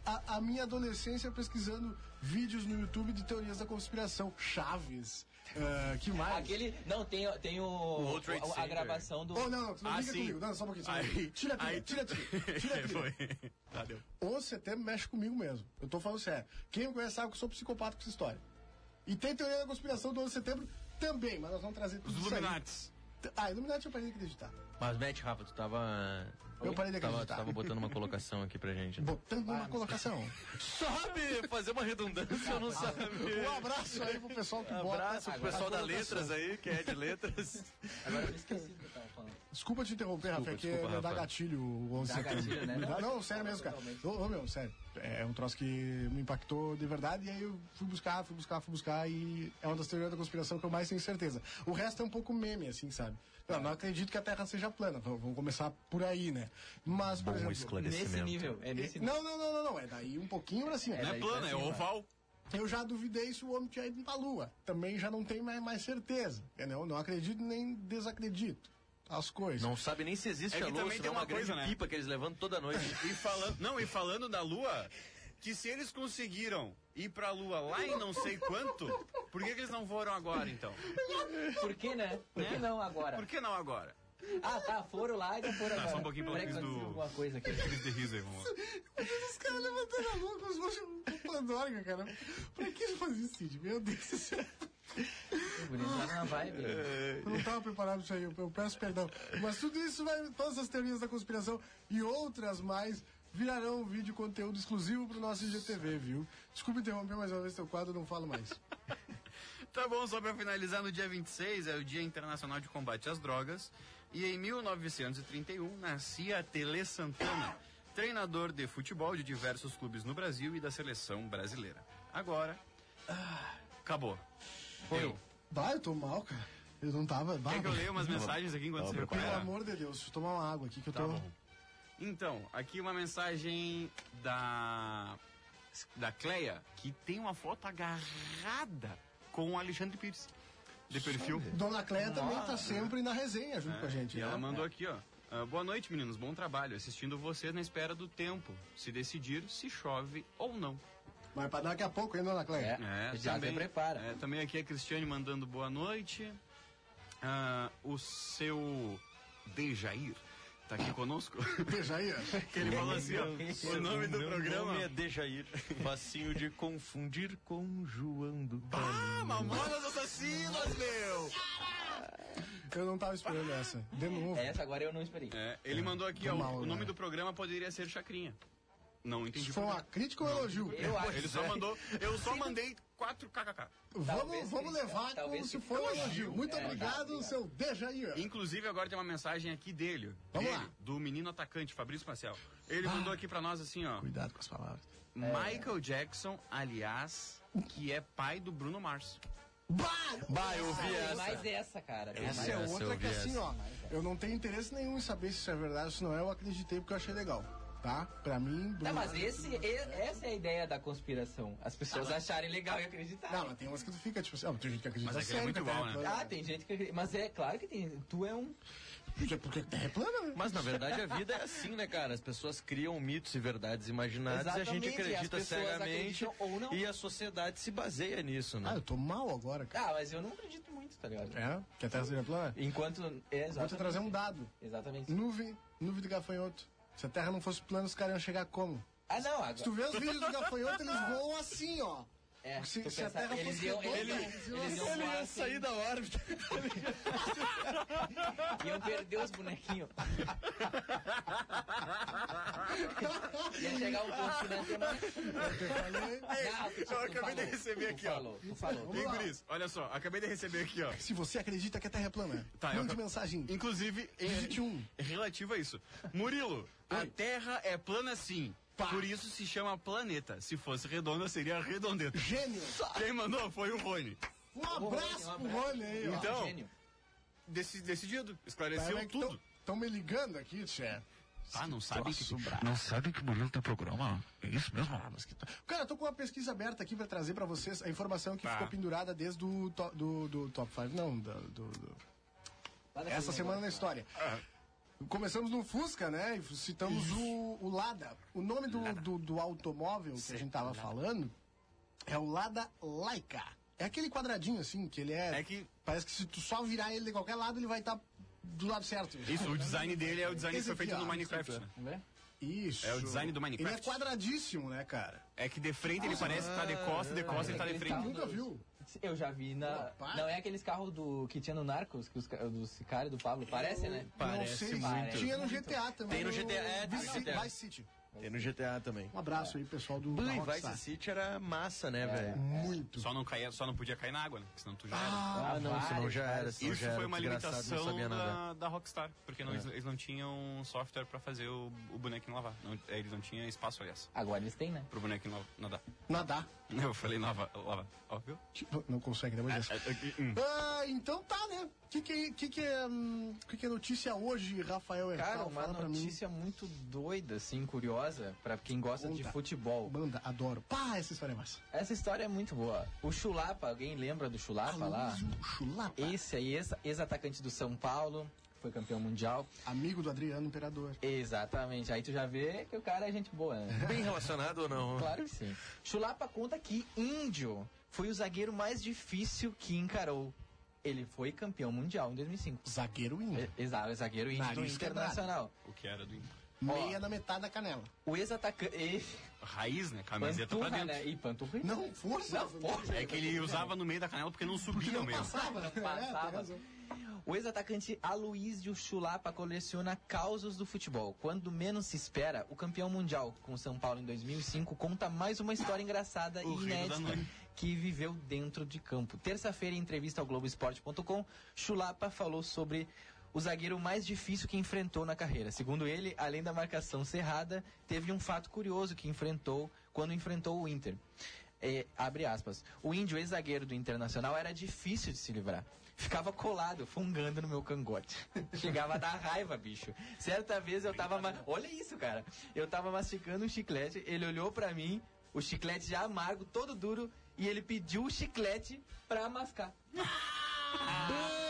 a, a minha adolescência pesquisando vídeos no YouTube de teorias da conspiração. Chaves. ah, que mais? Aquele. Não, tem, tem o, World Trade o- a, Center. gravação do. Oh, não, não, não Ah, liga sim. comigo. Não, só um pouquinho. Só um Aí- pouquinho. Tira a trilha, aí- tira a trilha, tira a É, trilha. Foi. Tá, deu. 11 de setembro mexe comigo mesmo. Eu tô falando sério. Quem me conhece sabe que eu sou psicopata com essa história. E tem teoria da conspiração do 11 de setembro também, mas nós vamos trazer tudo Os isso aí. Illuminates. Ah, Illuminati eu parei de acreditar. Mas mete rápido, tu tava. Eu parei de tava- acreditar. tava botando uma colocação aqui pra gente. né? Botando uma colocação. Sabe fazer uma redundância, eu não sabe. Um abraço aí pro pessoal que bota. Abraço pro pessoal da Letras aí, que é de Letras. Agora eu esqueci do que eu tava falando. Desculpa te interromper, Rafa, é que desculpa, me dá Rafa. gatilho o 11 de Dá setembro. gatilho, né? Me dá- Não, não, sério mesmo, cara. totalmente. Ô, ô, meu, sério. É um troço que me impactou de verdade e aí eu fui buscar, fui buscar, fui buscar e é uma das teorias da conspiração que eu mais tenho certeza. O resto é um pouco meme, assim, sabe? Tá. Não, não acredito que a Terra seja plana. Vamos vamos começar por aí, né? Mas, Um por exemplo... Nesse nível. É nesse nível. Não, não, não, não, não. É daí tá assim, um pouquinho pra cima. Não é daí plano, pra é cima. oval. Eu já duvidei se o homem tinha ido pra lua. Também já não tenho mais, mais certeza. Entendeu? Não acredito nem desacredito. As coisas. Não sabe nem se existe É que a lua, também se tem não é uma, uma grande coisa, né? pipa que eles levantam toda noite. E falando, não, e falando da Lua, que se eles conseguiram ir pra Lua lá em não sei quanto, por que, que eles não foram agora então? Por que, né? Por que não agora? Por que não agora? Ah, tá, foram lá e já foram agora. só um pouquinho pela Será que crise aconteceu do- alguma coisa aqui. Crise de riso aí, vamos lá. Os caras levantando a lua com os mãos de pandorga, um cara. Pra que fazer isso, Cid? Meu Deus do céu. Gurizada Tá na vibe. Eu não tava preparado pra isso aí, eu, eu peço perdão. Mas tudo isso vai, todas as teorias da conspiração e outras mais, virarão um vídeo conteúdo exclusivo pro nosso IGTV, viu? Desculpa interromper mais uma vez teu quadro, não falo mais. Tá bom, só pra finalizar, no dia 26 é o Dia Internacional de Combate às Drogas. E em 1931 nascia Tele Santana, treinador de futebol de diversos clubes no Brasil e da seleção brasileira. Agora, ah, acabou. Foi. Eu. Bah, eu tô mal, cara. Eu não tava. Bah, Quer que eu leia umas mensagens aqui enquanto você Pelo recupera? amor de Deus, deixa eu tomar uma água aqui Tá que eu tô. Então, aqui uma mensagem da da Cleia, que tem uma foto agarrada com o Alexandre Pires, de perfil. Dona Cleia também tá sempre na resenha junto com a gente. Ah. É. E né? ela mandou aqui, ó. "Ah, boa noite, meninos. Bom trabalho. Assistindo vocês na espera do tempo. Se decidir se chove ou não. Mas pra daqui a pouco, hein, Dona Cleia? É, já se prepara. é, também aqui a Cristiane mandando boa noite. Ah, o seu Dejair tá aqui conosco. Veja aí, que ele falou assim, ó. O nome do Meu programa. nome é Dejair. Facinho de confundir com João do Ah, Paninho. Mamonas Assassinas, meu! eu não tava esperando essa. De novo. Essa agora eu não esperei. É, ele mandou aqui, ó, Mal, o nome né? do programa poderia ser Chacrinha. Não entendi. Isso foi por uma quê. crítica ou um elogio? Eu acho. Ele só é. mandou, eu só mandei 4 kkk. Vamos, Talvez vamos crítica, levar como talvez se crítica. for um Elogio. elogio. Muito É, obrigado, obrigado. seu Deja aí. Inclusive, agora tem uma mensagem aqui dele. Vamos dele, lá. Ah. Do menino atacante, Fabrício Marcel. Ele mandou aqui pra nós assim, ó. Cuidado com as palavras. Michael Jackson, aliás, que é pai do Bruno Mars. Bah, eu Ah, vi tem essa. mais essa, cara. tem Essa mais é essa, outra eu que vi assim, essa. ó. Eu não tenho interesse nenhum em saber se isso é verdade ou se não é. Eu acreditei porque eu achei legal. Tá? Pra mim. Tá, Bruno mas Mars- esse, e- essa é a ideia da conspiração. As pessoas acharem legal e acreditarem. Não, mas tem umas que tu fica tipo assim. Ó, tem gente que acredita Mas aquele é sempre, muito a bom, Terra é né? plana. Ah, tem gente que acredita. Mas é claro que tem. Tu é um. Porque, porque a Terra é plana, né? Mas na verdade a vida é assim, né, cara? As pessoas criam mitos e verdades imaginárias e a gente Exatamente, acredita as pessoas cegamente acreditam ou não. e a sociedade se baseia nisso, Ah, né? eu tô mal agora, cara. Ah, mas eu não acredito muito, tá ligado? É? Que a Terra seria plana? Enquanto. É, Vou te exatamente. trazer um dado. Exatamente. Nuvem, nuvem de gafanhoto. Se a Terra não fosse plana, os caras iam chegar como? Ah, não, Se tu agora. vê os vídeos do gafanhoto, eles voam assim, ó. É, Se- tu se a pensa, Terra eles fosse iam. redonda, Eles, eles iam- eles iam Ele voar ia assim, sair da órbita. iam perder os bonequinhos. ia chegar um ponto, né? É Eu falei, Não, tu- tu eu acabei de falou, receber tu aqui, ó. Falou, tu falou. Vamos Ei, lá. Guris, olha só, acabei de receber aqui, ó. Se você acredita que a Terra é plana, Tá, eu- mande mensagem. Inclusive, em- Digite um. relativo a isso. Murilo, a Terra é plana sim. Por isso se chama planeta. Se fosse redonda, seria redondeta. Gênio. Quem mandou foi o Rony. Um abraço pro Rony aí, ó. Então, um Gênio. Deci- decidido, Parece esclareceu que tão- tudo. Tão me ligando aqui, Tchê. Ah, não sabe que... Não sabe que o Murilo tem programa? É isso mesmo? Ah, mas que tá- Cara, eu tô com uma pesquisa aberta aqui pra trazer pra vocês a informação que Tá. ficou pendurada desde o to- do, do Top 5. Não, da- do- do, Lá naquele Essa semana na negócio lá. história. Começamos no Fusca, né? E citamos o, o Lada. O nome do, do, do automóvel que a gente tava falando é o Lada Laika. É aquele quadradinho assim, que ele é. É que- Parece que se tu só virar ele de qualquer lado, ele vai estar do lado certo. Isso, o design dele é o design que Esse foi feito aqui, no ó. Minecraft, né? Vamos ver? Isso. É o design do Minecraft. Ele é quadradíssimo, né, cara? É que de frente ele parece que tá de costa, de costa ele tá de aquele Tu carro frente. nunca do- viu? Eu já vi na. Pô, para. não é aqueles carros do que tinha no Narcos, que os, ca- do Sicário do Pablo. Parece, né? Não Parece sei. se muito. Tinha no GTA também. Tem no GTA, é, tem no Vice- GTA. Vice City. Tem no GTA também. Um abraço aí, pessoal do. da Blue Rockstar. Vice City era massa, né, velho? Muito. Só não, caía, só não podia cair na água, né? Porque senão tu já era. Ah, não, vários, senão já era. vários. Senão Isso já era foi uma desgraçado, limitação Não sabia nada. da, da Rockstar, porque não- eles, eles não tinham software pra fazer o, o bonequinho lavar. Não- é, eles não tinham espaço, aliás, Agora eles têm, né? pro bonequinho lavar, nadar. Nadar. Eu falei lavar, lavar. Óbvio. Tipo, Não consegue, depois disso. Ah, então tá, né? O que, que, que, que, é, hum, que, que é notícia hoje, Rafael Hercal? Cara, uma Fala pra mim. notícia muito doida, assim, curiosa, pra quem gosta de Conta. futebol. Banda, adoro. Pá, essa história é massa. Essa história é muito boa. O Chulapa, alguém lembra do Chulapa Ah, lá? Aloysio Chulapa, Ah, Esse aí, ex- ex-atacante do São Paulo, foi campeão mundial. amigo do Adriano Imperador. Exatamente. Aí tu já vê que o cara é gente boa, né? Bem relacionado ou não? Claro que sim. Chulapa conta que Índio foi o zagueiro mais difícil que encarou. Ele foi campeão mundial em 2005. Zagueiro índio. E- Exato, o zagueiro índio do Nariz Internacional. O que era do Inter. Meia na metade da canela. O ex-atacante... e- Raiz, né? Camiseta pra Panturra, dentro. né? E panturra. Não, força. Não, porra. É É que ele usava no meio da canela porque não subia Não mesmo. passava. Não É, tem passava. razão. O ex-atacante Aloysio Chulapa coleciona causos do futebol. Quando menos se espera, o campeão mundial com o São Paulo em 2005 conta mais uma história engraçada O e Rio da inédita Noite. que viveu dentro de campo. Terça-feira, em entrevista ao Globoesporte.com, Chulapa falou sobre o zagueiro mais difícil que enfrentou na carreira. Segundo ele, além da marcação cerrada, teve um fato curioso que enfrentou quando enfrentou o Inter. É, abre aspas. O índio ex-zagueiro do Internacional era difícil de se livrar. Ficava colado, fungando no meu cangote. Chegava a dar raiva, bicho. Certa vez eu tava. ma- Olha isso, cara. Eu tava masticando um chiclete, ele olhou pra mim, o chiclete já amargo, todo duro, e ele pediu o chiclete pra mascar. um.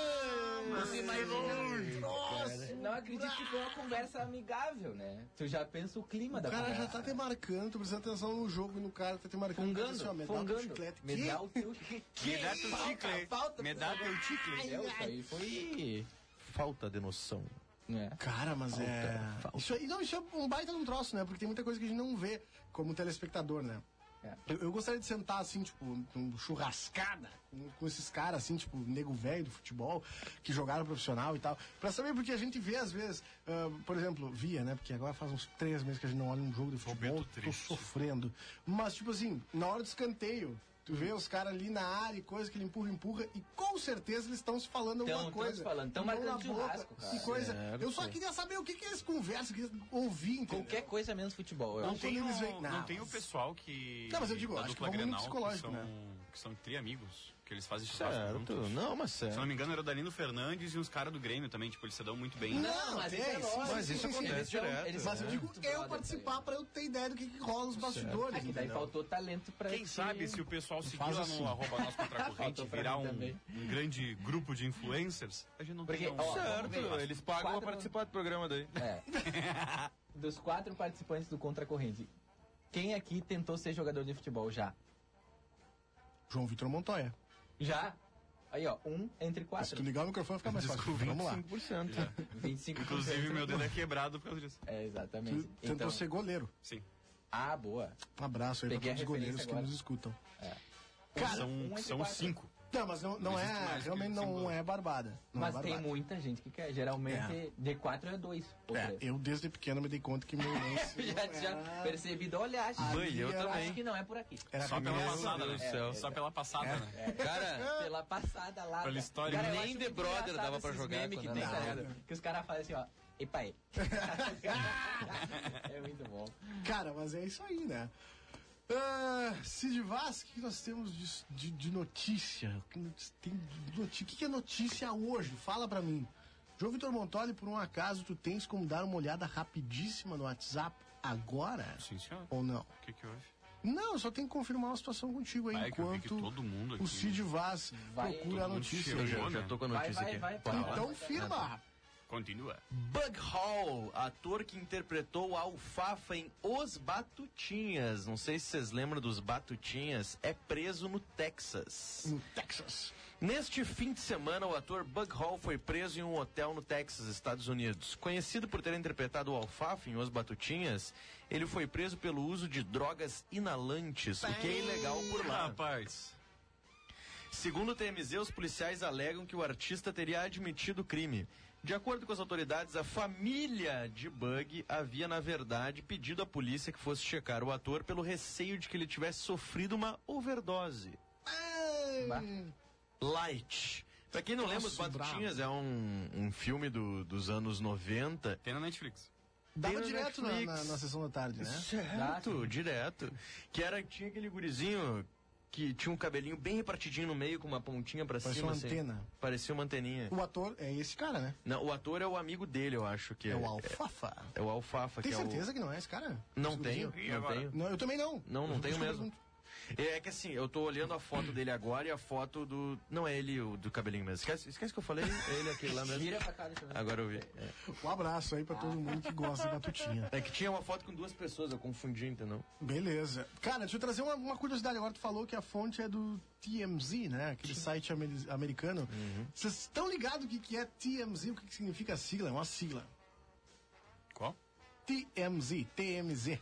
Nossa, não acredito que foi uma conversa amigável, né? Tu já pensa o clima da O cara conversa. já tá te marcando, tu prestando atenção no jogo e no cara tá te marcando. Fungando, Assim, ó, me dá um fungando. chiclete. Me Que? dá o teu Me dá teu Falta, chicle. falta. Me dá teu chicle. Meu, isso aí foi... Falta de noção. É. Cara, mas é. Falta, falta. Isso, aí- não, isso é um baita de um troço, né? Porque tem muita coisa que a gente não vê como telespectador, né? É. Eu, eu gostaria de sentar, assim, tipo, num churrascada com, com esses caras, assim, tipo, nego velho do futebol, que jogaram profissional e tal, pra saber, porque a gente vê, às vezes, ah, por exemplo, via, né? Porque agora faz uns três meses que a gente não olha um jogo de futebol, Momento tô triste. sofrendo. Mas, tipo assim, na hora do escanteio. Tu vê os caras ali na área e coisa que ele empurra, empurra, e com certeza eles estão se falando Tão- alguma tão coisa. se falando, tão Mão na marcando boca, churrasco, cara. Que coisa. Certo. Eu só queria saber o que, que eles conversam, queria ouvir, entendeu? Qualquer coisa menos futebol, eu Não acho. tem, eles o- vêm- não Não, tem o mas- pessoal que. Não, mas eu digo, da acho que dupla vão muito Grenal, psicológico, né? que são, que são triamigos, que eles fazem churrasco Certo. juntos. Não, mas Se não certo. me engano, era o Danilo Fernandes e uns caras do Grêmio também, tipo, eles se dão muito bem. Não, tem, é sim, lógico. mas isso Eles são- acontece eles direto, são- Mas eu É. digo muito eu brothers participar aí. pra eu ter ideia do que, que rola nos bastidores. É que daí entendeu? faltou talento pra Quem te- sabe se o pessoal seguir lá assim. no arroba nós contra a corrente Faltou pra virar mim um, também. um grande grupo de influencers, a gente não Porque, tem um... ó, Certo. Eles pagam pra Quatro- participar do programa daí. É. Dos quatro participantes do Contra Corrente, quem aqui tentou ser jogador de futebol já? João Vitor Montoya. Já? Aí, ó, um entre Se tu quatro. ligar o microfone fica mais fácil. Vamos lá. 5%. 25 Inclusive, meu dedo é quebrado por causa disso. É, exatamente. Tu Então, tentou ser goleiro. Sim. ah, boa. Um abraço aí Peguei pra todos a os goleiros referência que nos agora. escutam. Cara, são um entre são quatro. cinco. Não, mas não, não Não existe é. mais Realmente que não símbolo. é barbada. Não Mas é tem barbada. muita gente que quer. Geralmente, É. de quatro é dois. ou É, três. eu desde pequeno me dei conta que meu lance. já É. tinha percebido, olha, acho, Mãe, eu acho também. que não é por aqui. Era Só pela primeiro- passada, Deus É, né? do céu. Só pela passada, né? Cara, Pela passada Pela lá. cara. história. eu Nem acho The muito Brother engraçado dava pra esses jogar memes que quando tem, era tá nada. ligado? Que os caras fazem assim, ó. Epa aí. é muito bom. Cara, mas é isso aí, né? Ah, Cid Vaz, o que que nós temos de, de- de notícia? O que nós tem de noti- O que que é notícia hoje? Fala pra mim. João Vitor Montoli, por um acaso, tu tens como dar uma olhada rapidíssima no WhatsApp agora? Sim, senhor. Ou não? O que que houve? Não, eu só tenho que confirmar uma situação contigo aí, Vai que eu vi que enquanto todo mundo aqui... o Cid Vaz Vai, procura a todo mundo chegou. notícia. né? eu já, já tô com a notícia Vai, vai, aqui. vai, Bora lá. Então firma! Continua. Bug Hall, ator que interpretou Alfafa em Os Batutinhas. Não sei se vocês lembram dos Batutinhas, é preso no Texas. No Texas. Neste fim de semana, o ator Bug Hall foi preso em um hotel no Texas, Estados Unidos. Conhecido por ter interpretado o Alfafa em Os Batutinhas, ele foi preso pelo uso de drogas inalantes, o que é ilegal por lá. Rapaz. Segundo o TMZ, os policiais alegam que o artista teria admitido o crime. De acordo com as autoridades, a família de Bug havia, na verdade, pedido à polícia que fosse checar o ator pelo receio de que ele tivesse sofrido uma overdose. Bah. Light. Pra quem não lembra, Os Nossa, Batutinhas é um, um filme do- dos anos 90 Tem na Netflix. Dava no direto na, Netflix. na- na sessão da tarde, né? Direto, direto. Que era, tinha aquele gurizinho que tinha um cabelinho bem repartidinho no meio, com uma pontinha pra Parecia cima. uma assim. antena. Parecia uma anteninha. O ator é esse cara, né? Não, o ator é o amigo dele, eu acho que É o Alfafa. É o Alfafa. Tem que certeza que não é esse cara? É o... Não Esse tenho, gordinho? E não agora? tenho. Não, eu também não. Não, não Eu tenho te mesmo. pergunto. É que assim, eu tô olhando a foto dele agora e a foto do... Não é ele, o do cabelinho mesmo. Esquece, esquece que eu falei, é ele aquele lá mesmo. Vira pra cá, deixa eu ver. Agora eu vi. É. Um abraço aí pra todo mundo que gosta de batutinha. É que tinha uma foto com duas pessoas, eu confundi, entendeu? Beleza. Cara, deixa eu trazer uma, uma curiosidade. Agora tu falou que a fonte é do TMZ, né? Aquele site ameri- americano. Uhum. Vocês estão ligados o que, que é TMZ? O que, que significa a sigla? É uma sigla. Qual? TMZ. TMZ.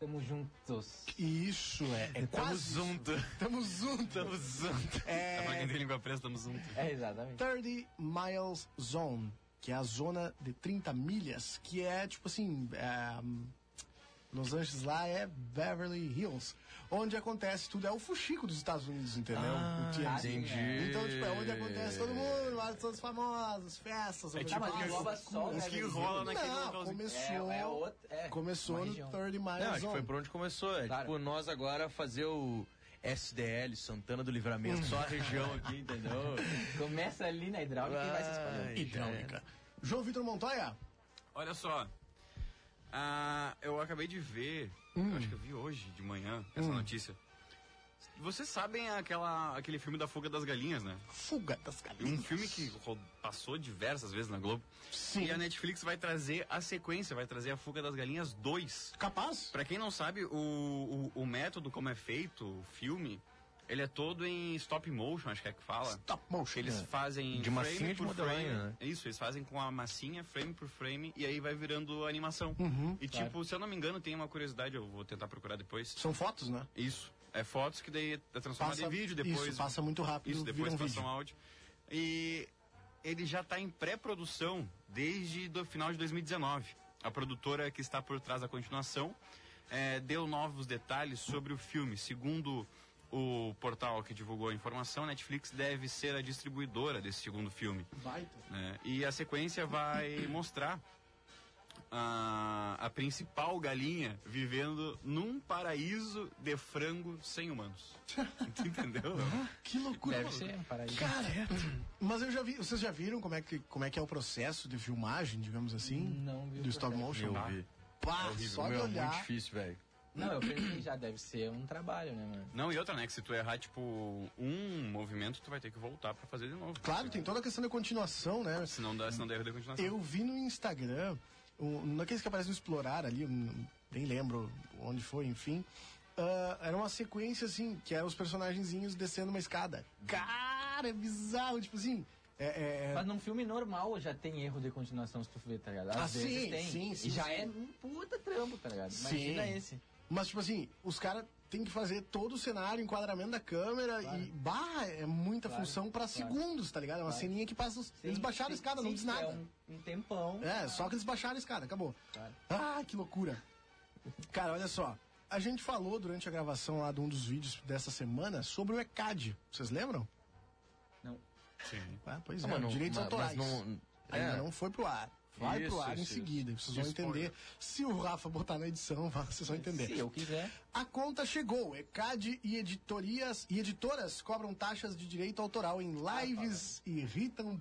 Tamo juntos. Isso, é. é Tamo quase isso. junto. Tamo junto. Tamo junto. Tá É pra É quem tem língua presa, tamo junto. É, exatamente. 30 Miles Zone, que é a zona de 30 milhas, que é tipo assim. é, Los Angeles lá é Beverly Hills, onde acontece tudo. É o fuxico dos Estados Unidos, entendeu? o TMZ. Ah, entendi. Então, tipo, é onde acontece todo mundo, lá todos os famosos, festas, É open Tá, tipo mas bars. engloba só o os que Beverly rola Hills. naquele Não, localzinho. começou, É, é outra. É, uma começou no região. 30 Miles Não, acho que Zone. foi por onde começou. É Claro. tipo nós agora fazer o SDL, Santana do Livramento, Hum. só a região aqui, entendeu? Começa ali na hidráulica e vai se Ai, espalhando. Hidráulica. João Vitor Montoya, Olha só. Ah, eu acabei de ver, Hum. eu acho que eu vi hoje de manhã, essa notícia. Vocês sabem aquela, aquele filme da Fuga das Galinhas, né? fuga das galinhas. Um filme que ro- passou diversas vezes na Globo. Sim. E a Netflix vai trazer a sequência, vai trazer a Fuga das Galinhas 2. Capaz? Pra quem não sabe, o, o, o método como é feito o filme, ele é todo em stop motion, acho que é que fala. Stop motion. É. Eles fazem De massinha de por modelanha, frame. né? Isso, eles fazem com a massinha, frame por frame, e aí vai virando animação. Uhum. e tipo, se eu não me engano, tem uma curiosidade, eu vou tentar procurar depois. São fotos, né? Isso. É fotos que daí é transformada em vídeo, depois. Isso, passa muito rápido. Isso, vira depois um passa vídeo. um áudio. E ele já está em pré-produção desde do final de 2019. A produtora que está por trás da continuação eh, deu novos detalhes sobre o filme. Segundo o portal que divulgou a informação, Netflix deve ser a distribuidora desse segundo filme. Baita. né? E a sequência vai mostrar a, a principal galinha vivendo num paraíso de frango sem humanos. Tu Entendeu? Que loucura. Deve mano. ser um paraíso. Cara, mas eu já vi, vocês já viram como é que, como é, que é o processo de filmagem, digamos assim? Não vi o Do stop motion? Eu vi. Pá, É horrível. só de Meu, é muito olhar. Ah, difícil, velho. Não, eu pensei que já deve ser um trabalho, né, mano? Não, e outra, né? Que se tu errar, tipo, um movimento, tu vai ter que voltar pra fazer de novo. Claro, tem toda a questão da continuação, né? Senão dá, senão dá erro de continuação. Eu vi no Instagram, um, naqueles que aparecem no Explorar ali, eu n- nem lembro onde foi, enfim. ah, era uma sequência, assim, que eram os personagenzinhos descendo uma escada. Cara, é bizarro, tipo assim. É, é- é- Mas num filme normal já tem erro de continuação se tu ver, tá ligado? Às Ah, vezes sim, tem. sim, sim, e já sim. é um puta trampo, tá ligado? Sim. Imagina esse. Mas, tipo assim, os caras têm que fazer todo o cenário, enquadramento da câmera e. Bah, é muita Claro, função pra claro. segundos, tá ligado? É uma ceninha que passa. Os, eles Sim, baixaram a sim, escada, não sim, diz que nada. É um, um tempão. É, só que eles baixaram a escada, acabou. Claro. Ah, que loucura. Cara, olha só. A gente falou durante a gravação lá de um dos vídeos dessa semana sobre o ECAD. Vocês lembram? Não. Sim. Ah, pois Ah, é, mas não- direitos mas- mas autorais. não- Ainda é. não foi pro ar. Vai pro Isso, ar em isso, seguida. Vocês vão Spoiler. entender. Se o Rafa botar na edição, vocês vão entender. Se eu quiser. A conta chegou. ECAD e editorias e editoras cobram taxas de direito autoral em lives e irritam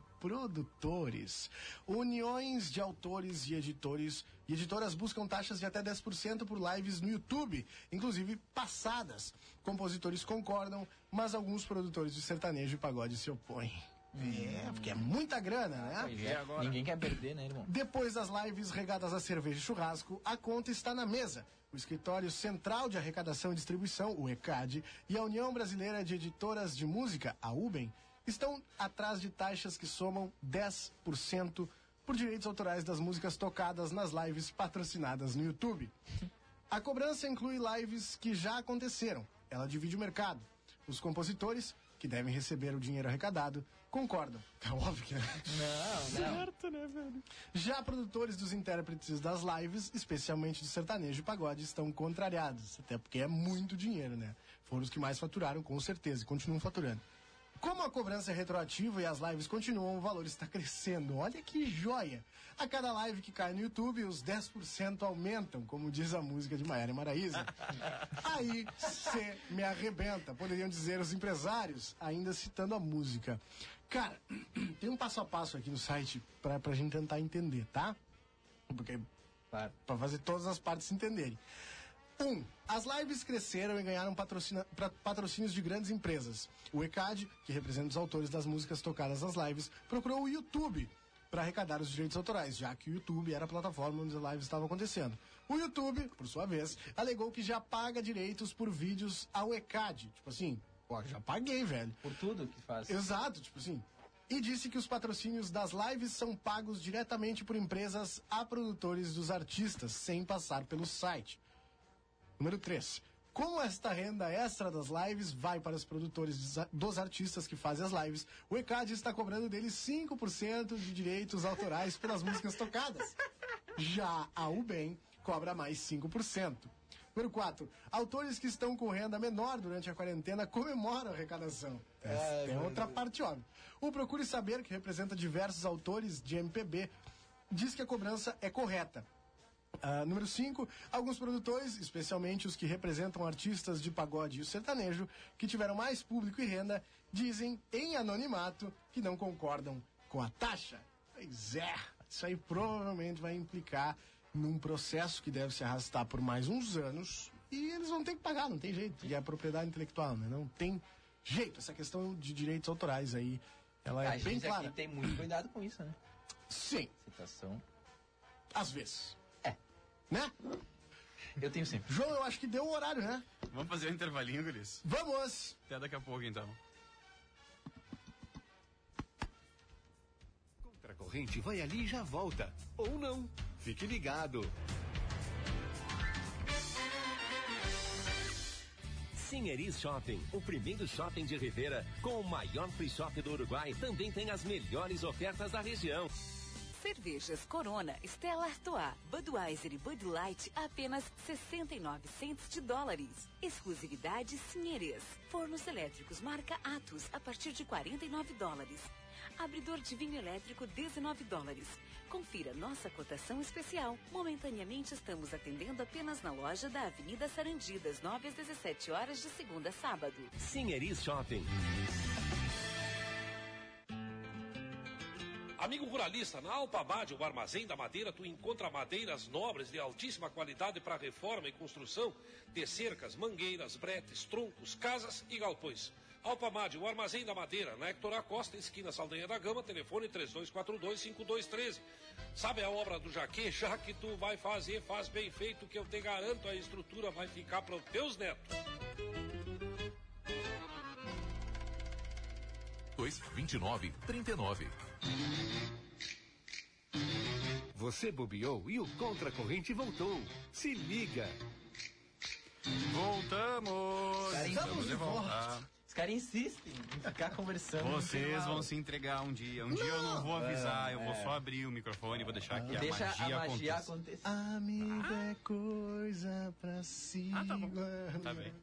produtores. Uniões de autores e editores e editoras buscam taxas de até 10% por lives no YouTube, inclusive passadas. Compositores concordam, mas alguns produtores de sertanejo e pagode se opõem. É, porque é muita grana, né? Pois é. Ninguém quer perder, né, irmão? Depois das lives regadas a cerveja e churrasco, a conta está na mesa. O Escritório Central de Arrecadação e Distribuição, o ECAD, e a União Brasileira de Editoras de Música, a UBEM, estão atrás de taxas que somam 10% por direitos autorais das músicas tocadas nas lives patrocinadas no YouTube. A cobrança inclui lives que já aconteceram. Ela divide o mercado. Os compositores, que devem receber o dinheiro arrecadado, concordam. É óbvio que né? Não, não. Já produtores dos intérpretes das lives, especialmente de sertanejo e pagode, estão contrariados, até porque é muito dinheiro, né? Foram os que mais faturaram, com certeza, e continuam faturando. Como a cobrança é retroativa e as lives continuam, o valor está crescendo. Olha que joia! A cada live que cai no YouTube, os 10% aumentam, como diz a música de Maiara Maraíza. Aí você me arrebenta, poderiam dizer os empresários, ainda citando a música. Cara, tem um passo a passo aqui no site pra, pra gente tentar entender, tá? Porque Claro. pra fazer todas as partes se entenderem. Um, as lives cresceram e ganharam patrocina- pra- patrocínios de grandes empresas. O ECAD, que representa os autores das músicas tocadas nas lives, procurou o YouTube para arrecadar os direitos autorais, já que o YouTube era a plataforma onde as lives estavam acontecendo. O YouTube, por sua vez, alegou que já paga direitos por vídeos ao ECAD. Tipo assim, ó, já paguei, velho. Por tudo que faz. Exato, tipo assim. E disse que os patrocínios das lives são pagos diretamente por empresas a produtores dos artistas, sem passar pelo site. Número 3. Como esta renda extra das lives vai para os produtores dos- dos artistas que fazem as lives, o ECAD está cobrando deles 5% de direitos autorais pelas músicas tocadas. Já a UBEM cobra mais 5%. Número 4. Autores que estão com renda menor durante a quarentena comemoram a arrecadação. Essa é outra parte óbvia. O Procure Saber, que representa diversos autores de MPB, diz que a cobrança é correta. Ah, número 5, alguns produtores, especialmente os que representam artistas de pagode e o sertanejo, que tiveram mais público e renda, dizem em anonimato que não concordam com a taxa. Pois é, isso aí provavelmente vai implicar num processo que deve se arrastar por mais uns anos e eles vão ter que pagar, não tem jeito. E é a propriedade intelectual, né? Não tem jeito. Essa questão de direitos autorais aí, ela é Ah, a bem gente clara. aqui tem muito cuidado com isso, né? Sim, Citação. às vezes. É. Né? Eu tenho sempre. João, eu acho que deu o horário, né? Vamos fazer um intervalinho, Gulis? Vamos! Até daqui a pouco, então. Contra a corrente, vai ali e já volta. Ou não. Fique ligado. Sinheris Shopping, o primeiro shopping de Rivera, com o maior free shop do Uruguai, também tem as melhores ofertas da região. Cervejas Corona, Stella Artois, Budweiser e Bud Light a apenas 69 centos de dólares. Exclusividade Sinheres. Fornos elétricos marca Atos a partir de 49 dólares. Abridor de vinho elétrico 19 dólares. Confira nossa cotação especial. Momentaneamente estamos atendendo apenas na loja da Avenida Sarandi das 9 às 17 horas de segunda a sábado. Sinheris Shopping. Amigo ruralista, na Alpamade, o armazém da madeira, tu encontra madeiras nobres de altíssima qualidade para reforma e construção de cercas, mangueiras, bretes, troncos, casas e galpões. Alpamade, o armazém da madeira, na Hector Acosta, esquina Saldanha da Gama, telefone 3242-5213. Sabe a obra do Jaque? Já que tu vai fazer, faz bem feito, que eu te garanto, a estrutura vai ficar para os teus netos. 2 29 39. Você bobeou e o contra a corrente voltou. Se liga. Voltamos! Cara, Estamos de volta. Os caras insistem em ficar conversando. Vocês vão se entregar um dia. Um dia eu não vou avisar, eu vou só abrir o microfone e vou deixar que a Deixa magia, a magia aconteça. acontecer. Amigo Ah. é coisa pra se ah, tá Tá bem.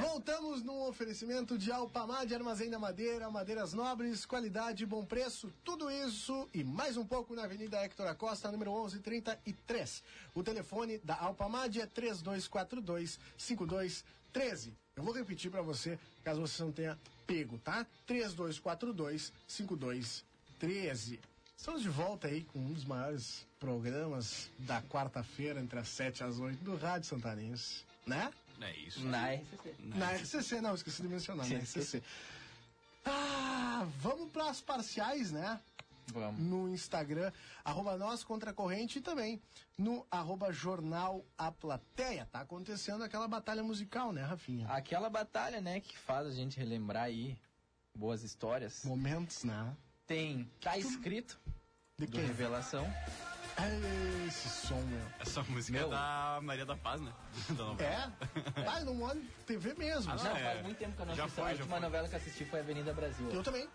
Voltamos num oferecimento de Alpamad, Armazém da Madeira, madeiras nobres, qualidade, bom preço, tudo isso e mais um pouco na Avenida Hector Acosta, número 1133. O telefone da Alpamad é 3242-5213. Eu vou repetir pra você, caso você não tenha pego, tá? 3242-5213. Estamos de volta aí com um dos maiores programas da quarta-feira, entre as 7 e as 8 do Rádio Santanense, né? É isso. Na RCC. Na RCC, não, esqueci de mencionar, na RCC. Ah, vamos para as parciais, né? Vamos. No Instagram, arroba nós contra a corrente e também no arroba jornal a plateia. Tá acontecendo aquela batalha musical, né, Rafinha? Aquela batalha, né, que faz a gente relembrar aí boas histórias. Momentos, né? Tem Tá Escrito, De do quem? Revelação. É Esse som, meu. Essa música é Meu. da Maria da Paz, né? Da novela. É? Vai, não olho TV mesmo. Ah, não, sabe? faz muito tempo que eu não Já assisto. foi, a já última foi. novela que eu assisti foi Avenida Brasil. Eu também.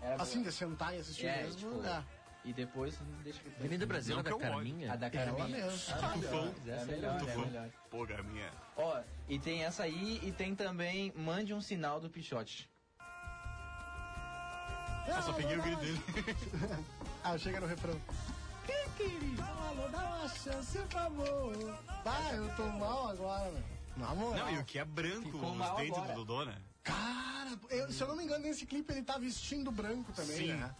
Era Assim, boa. de sentar e assistir é, mesmo. tipo, é. E depois, deixa eu ver. Avenida Brasil Não da que eu olhe. A Carminha. da Ela Carminha. mesmo. Ah, Tufão. mas essa é melhor, é Tufão. melhor. Pô, Garminha. Ó, e tem essa aí e tem também Mande um Sinal do Pichote. Eu só peguei o grito dele. Ah, chega no refrão. Quem querido? Alô, dá uma chance, por favor. Vai, eu tô mal agora, meu. Na moral. Não, e o que é branco Ficou os mal dentes agora. do Dodô, né? Cara, eu- se eu não me engano, nesse clipe ele tá vestindo branco também, Sim. né?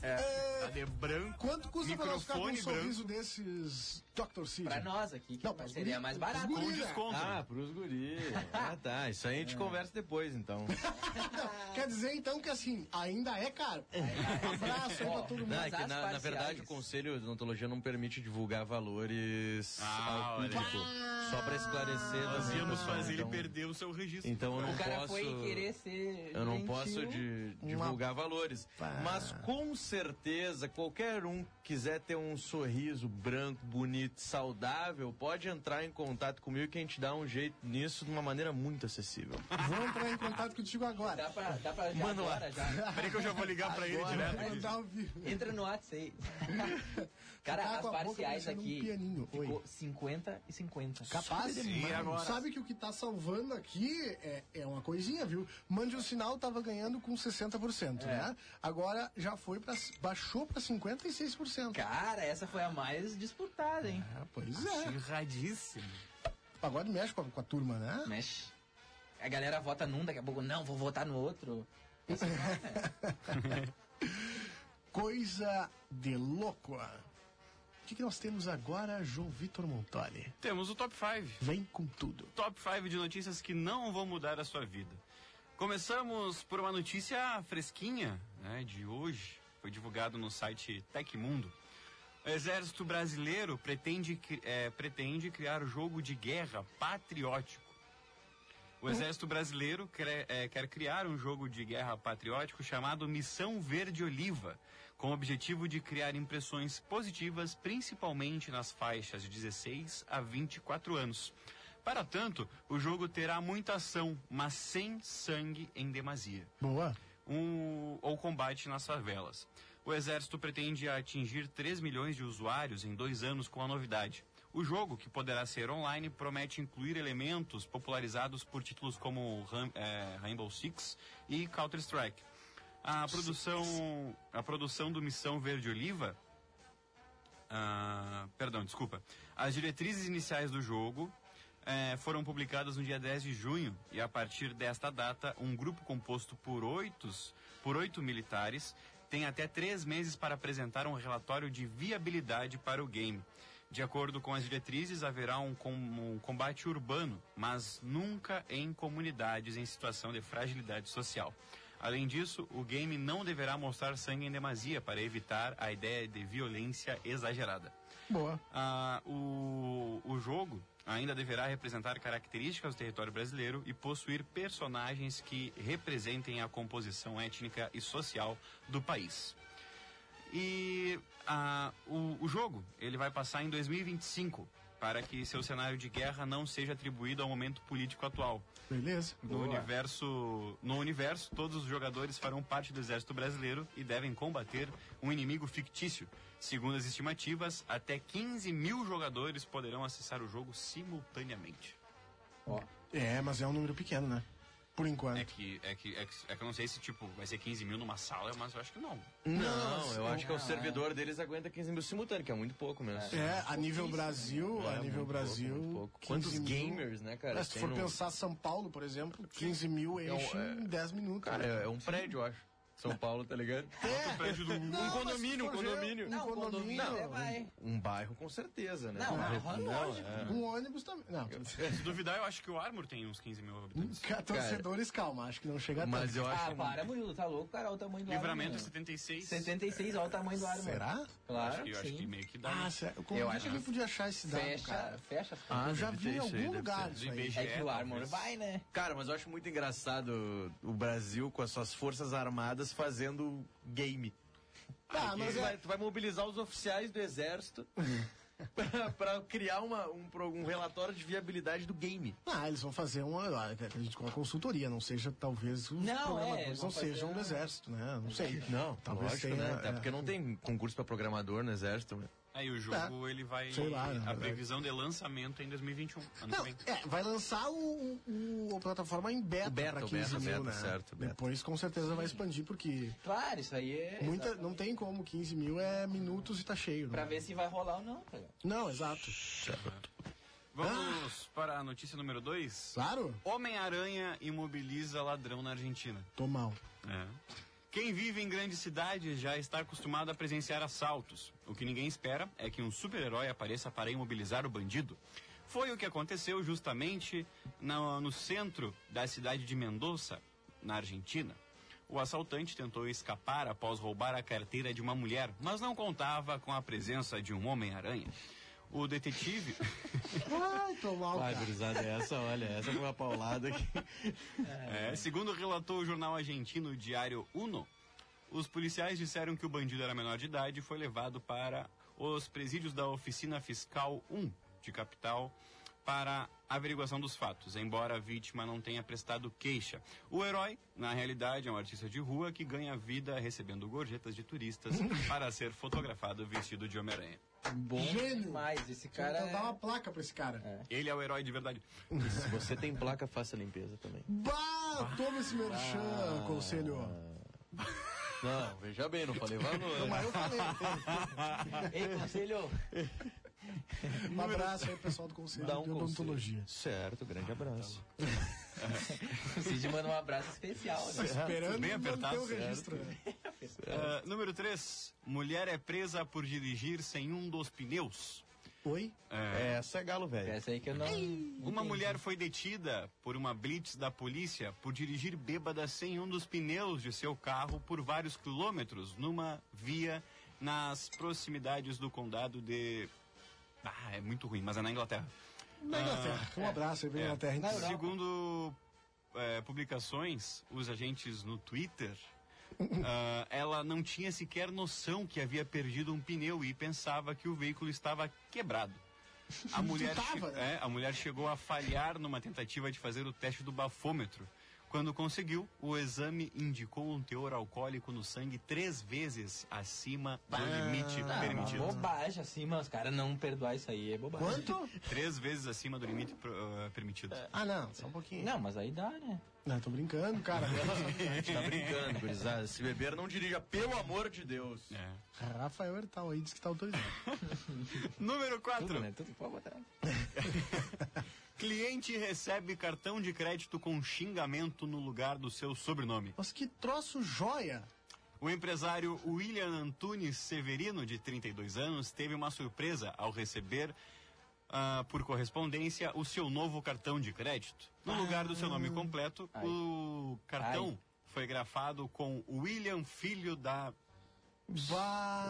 É, Tá de branco. Quanto custa pra nós ficar com um Microfone sorriso desses Dr. Cid? Pra nós aqui, que Não, mas seria guri- mais barato. guri- Com desconto. Ah, pros guri. Ah, tá. Isso aí a É. gente conversa depois, então. Quer dizer, então, que assim, ainda é caro. Abraço aí pra todo mundo. Não, é Mas que as na, na parciais- verdade o Conselho de Odontologia não permite divulgar valores Ah, ao olha. público. Só pra esclarecer Nós também, íamos pessoal. Ah, fazer ele Então- perder o seu registro. Então eu não O cara posso. foi querer ser. Eu não gentil. posso de- divulgar valores. Mas com certeza, qualquer um que quiser ter um sorriso branco, bonito, saudável, pode entrar em contato comigo que a gente dá um jeito nisso de uma maneira muito acessível. Vamos entrar em contato contigo agora. Dá pra, dá pra já Manda um lá. agora, já. Peraí que eu já vou ligar pra ele Tá direto. aqui. Mandar um vídeo. Entra no WhatsApp. Cara, Tá com a as boca parciais parecendo um aqui pianinho. Oi. ficou 50 e 50. Capaz, Sim, mano, agora. sabe que o que tá salvando aqui é, é uma coisinha, viu? Mande o sinal, tava ganhando com 60%, É. né? Agora já foi para baixou pra 56%. Cara, essa foi a mais disputada, hein? Ah, pois Assim. é. Erradíssimo. Agora mexe com a, com a turma, né? Mexe. A galera vota num, daqui a pouco, não, vou votar no outro. Coisa de louco. O que, que nós temos agora, João Vitor Montoli? Temos o top 5. Vem com tudo. Top 5 de notícias que não vão mudar a sua vida. Começamos por uma notícia fresquinha, né, de hoje. Foi divulgado no site Tecmundo. O Exército Brasileiro pretende, cri- eh, pretende criar jogo de guerra patriótico. O Exército Brasileiro cre- eh, quer criar um jogo de guerra patriótico chamado Missão Verde Oliva, com o objetivo de criar impressões positivas, principalmente nas faixas de 16 a 24 anos. Para tanto, o jogo terá muita ação, mas sem sangue em demasia Boa. um, ou combate nas favelas. O exército pretende atingir 3 milhões de usuários em dois anos com a novidade. O jogo, que poderá ser online, promete incluir elementos popularizados por títulos como Ram- eh, Rainbow Six e Counter-Strike. A produção, a produção do Missão Verde Oliva ah, perdão, desculpa. As diretrizes iniciais do jogo eh, foram publicadas no dia 10 de junho e a partir desta data, um grupo composto por oito, por oito militares tem até três meses para apresentar um relatório de viabilidade para o game. De acordo com as diretrizes, haverá um, com- um combate urbano, mas nunca em comunidades em situação de fragilidade social. Além disso, o game não deverá mostrar sangue em demasia para evitar a ideia de violência exagerada. Boa. Ah, o, o jogo ainda deverá representar características do território brasileiro e possuir personagens que representem a composição étnica e social do país. E ah, o, o jogo ele vai passar em 2025 para que seu cenário de guerra não seja atribuído ao momento político atual. Beleza. No universo, no universo, todos os jogadores farão parte do exército brasileiro e devem combater um inimigo fictício. Segundo as estimativas, até 15 mil jogadores poderão acessar o jogo simultaneamente. É, mas é um número pequeno, né? Por enquanto. É que, é que, é que, é que eu não sei se tipo vai ser 15 mil numa sala, mas eu acho que não. Não, eu acho que é o não, servidor deles aguenta 15 mil simultâneo, que é muito pouco mesmo. É, a nível Brasil, É, a muito nível pouco, Brasil. muito pouco. Quantos 15 mil. gamers, né, cara? Mas se tu tem for no- pensar São Paulo, por exemplo, 15 mil É um- enche em 10 minutos. Cara, né? é- é um prédio, eu acho. São Paulo, tá ligado? Outro prédio do Um É. mas condomínio, se um for ver, condomínio. Um Não, um condomínio. condomínio, né, vai. Um bairro, com certeza, né? Não, Um bairro, não, lógico. é. Um ônibus também. Não, Se duvidar, eu acho que o Armor tem uns 15 mil habitantes. cara, torcedores, calma, acho que não chega Mas tanto. eu acho Ah, para, Murilo, tá louco, cara, olha o tamanho do Livramento é ar. mano. 76. 76, olha o tamanho do ar, mano. Será? Claro, Acho que, eu que acho que sim. meio que dá. um- um- Ah, né? sério. Como é que ele podia achar esse dado, Fecha, cara? fecha as Ah, Eu já deve vi ter em isso aí, algum deve lugar ter. isso Do aí. IBGE, É que o Armor talvez. vai, né? Cara, mas eu acho muito engraçado o Brasil com as suas forças armadas fazendo game. Ah, Tu mas vai, é. tu vai mobilizar os oficiais do exército pra- pra criar uma- um, pro- um relatório de viabilidade do game. Ah, eles vão fazer uma, acredito que uma consultoria, não seja talvez Não, os é, programadores, eles vão não fazer sejam do uma- exército, né? Não sei. Não, talvez lógico, tenha, né? é. Até porque não tem concurso pra programador no exército. né? Aí o jogo ele vai. Ah, tá. Sei lá, na a verdade. previsão de lançamento é em 2021. Ano que Não, vem. é, vai lançar o, o- a plataforma em beta, O beta, pra o 15 beta, mil, beta, né? certo, beta. Depois com certeza vai expandir, porque Claro, isso aí é. muita, não tem como, 15 mil é minutos e tá cheio. né? Pra ver se vai rolar ou não, cara. Não, exato. Tá. Vamos para a notícia número 2. Claro, Homem-Aranha imobiliza ladrão na Argentina. tô mal. Quem vive em grandes cidades já está acostumado a presenciar assaltos. O que ninguém espera é que um super-herói apareça para imobilizar o bandido. Foi o que aconteceu justamente na- no centro da cidade de Mendoza, na Argentina. O assaltante tentou escapar após roubar a carteira de uma mulher, mas não contava com a presença de um Homem-Aranha. O detetive. Ai, tô mal, Vai, cara. gurizada, é essa, olha, essa foi uma paulada aqui. É, segundo relatou o jornal argentino Diário Uno, Os policiais disseram que o bandido era menor de idade e foi levado para os presídios da Oficina Fiscal 1 de Capital para averiguação dos fatos, embora a vítima não tenha prestado queixa. O herói, na realidade, é um artista de rua que ganha vida recebendo gorjetas de turistas para ser fotografado vestido de Homem-Aranha. Bom Gênio. demais. Esse cara. Cara, É... dar uma placa pra esse cara. Ele é o herói de verdade. Se você tem placa, faça a limpeza também. Bah, toma esse merchan, Ah, conselho. Ah. Um Não, veja bem, não falei valor. né? Mas eu falei. é- Ei, conselho! Um abraço aí, pessoal do Conselho Dá um de Odontologia. Certo, grande abraço. O Cid manda um abraço especial, né? Esperando Bem manter apertado, o registro. né? Ah, número 3. Mulher é presa por dirigir sem um dos pneus. Oi? É, Essa é galo, velho. Essa aí que eu não. Uma mulher foi detida por uma blitz da polícia por dirigir bêbada sem um dos pneus de seu carro por vários quilômetros numa via nas proximidades do condado de. Ah, é muito ruim, mas é na Inglaterra. Na Inglaterra. Um abraço aí, bem É. Inglaterra. Então, Segundo é, publicações, os agentes no Twitter, ah, ela não tinha sequer noção que havia perdido um pneu e pensava que o veículo estava quebrado. A mulher, tava, che- né? é, a mulher chegou a falhar numa tentativa de fazer o teste do bafômetro. Quando conseguiu, o exame indicou um teor alcoólico no sangue três vezes acima do limite Ah, uma permitido. bobagem assim, mas os caras não perdoar isso aí é bobagem. Quanto? Três vezes acima do limite pro- ah, permitido. Ah, não, só um pouquinho. Não, mas aí dá, né? Não, tô brincando, cara. Tá brincando, gurizada. Se beber, não dirija, pelo amor de Deus. É. Rafael Hertal aí disse que tá autorizado. Número 4. Tudo, né? Tudo pode botar. Cliente recebe cartão de crédito com xingamento no lugar do seu sobrenome. Nossa, que troço joia! O empresário William Antunes Severino, de 32 anos, teve uma surpresa ao receber, ah, por correspondência, o seu novo cartão de crédito. No lugar do seu nome completo, Ah, Ai. o cartão Ai. foi grafado com William Filho da. Bah...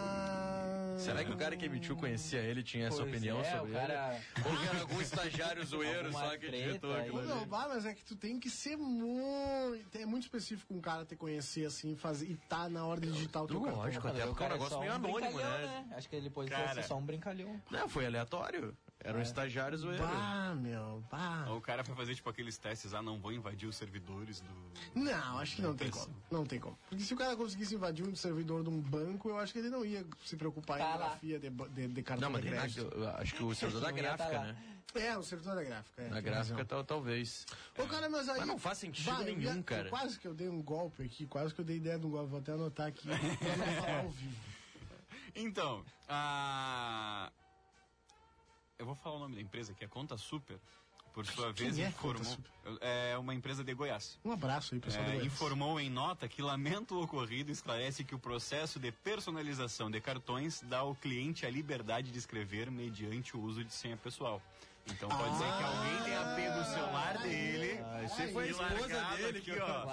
Será que o cara que emitiu conhecia ele tinha essa Pois opinião é, sobre o cara- ele? Ou que era algum estagiário zoeiro Alguma só que treta digitou aquilo aí. ali? Não, bah, mas é que tu tem que ser muito. É muito específico um cara te conhecer assim fazer, e tá na ordem digital do cartão. Lógico, até Mas o porque é um cara é negócio só meio um anônimo, brincalhão, né? Acho que ele pode Cara. ser só um brincalhão. Não, foi aleatório. Era um estagiário zoeiro. Bah, meu, bah. O cara foi fazer tipo aqueles testes, ah, não vou invadir os servidores do. Não, acho que não tem Impressão. como. Não tem como. Porque se o cara conseguisse invadir um servidor de um banco, eu acho que ele não ia se preocupar Tá em lá. grafia de, ba- de, de cartão Não, mas de tem na, crédito. eu acho que o servidor da Não ia gráfica, tá lá. né? É, o servidor da gráfica. É, Na um- tem gráfica, razão. tal, Então, talvez. Ô, cara, mas aí. Mas não faz sentido eu ia- nenhum, eu cara. Quase que eu dei um golpe aqui, quase que eu dei ideia de um golpe. Vou até anotar aqui pra não falar ao vivo. Então, a. Eu vou falar o nome da empresa, que é Conta Super, por sua vez, é informou. Conta É uma empresa de Goiás. Um abraço aí, pessoal. É, do Goiás. informou em nota que lamenta o ocorrido e esclarece que o processo de personalização de cartões dá ao cliente a liberdade de escrever mediante o uso de senha pessoal. Então pode ser Ah! que alguém tenha pego o celular dele. Você e largado aqui, ó.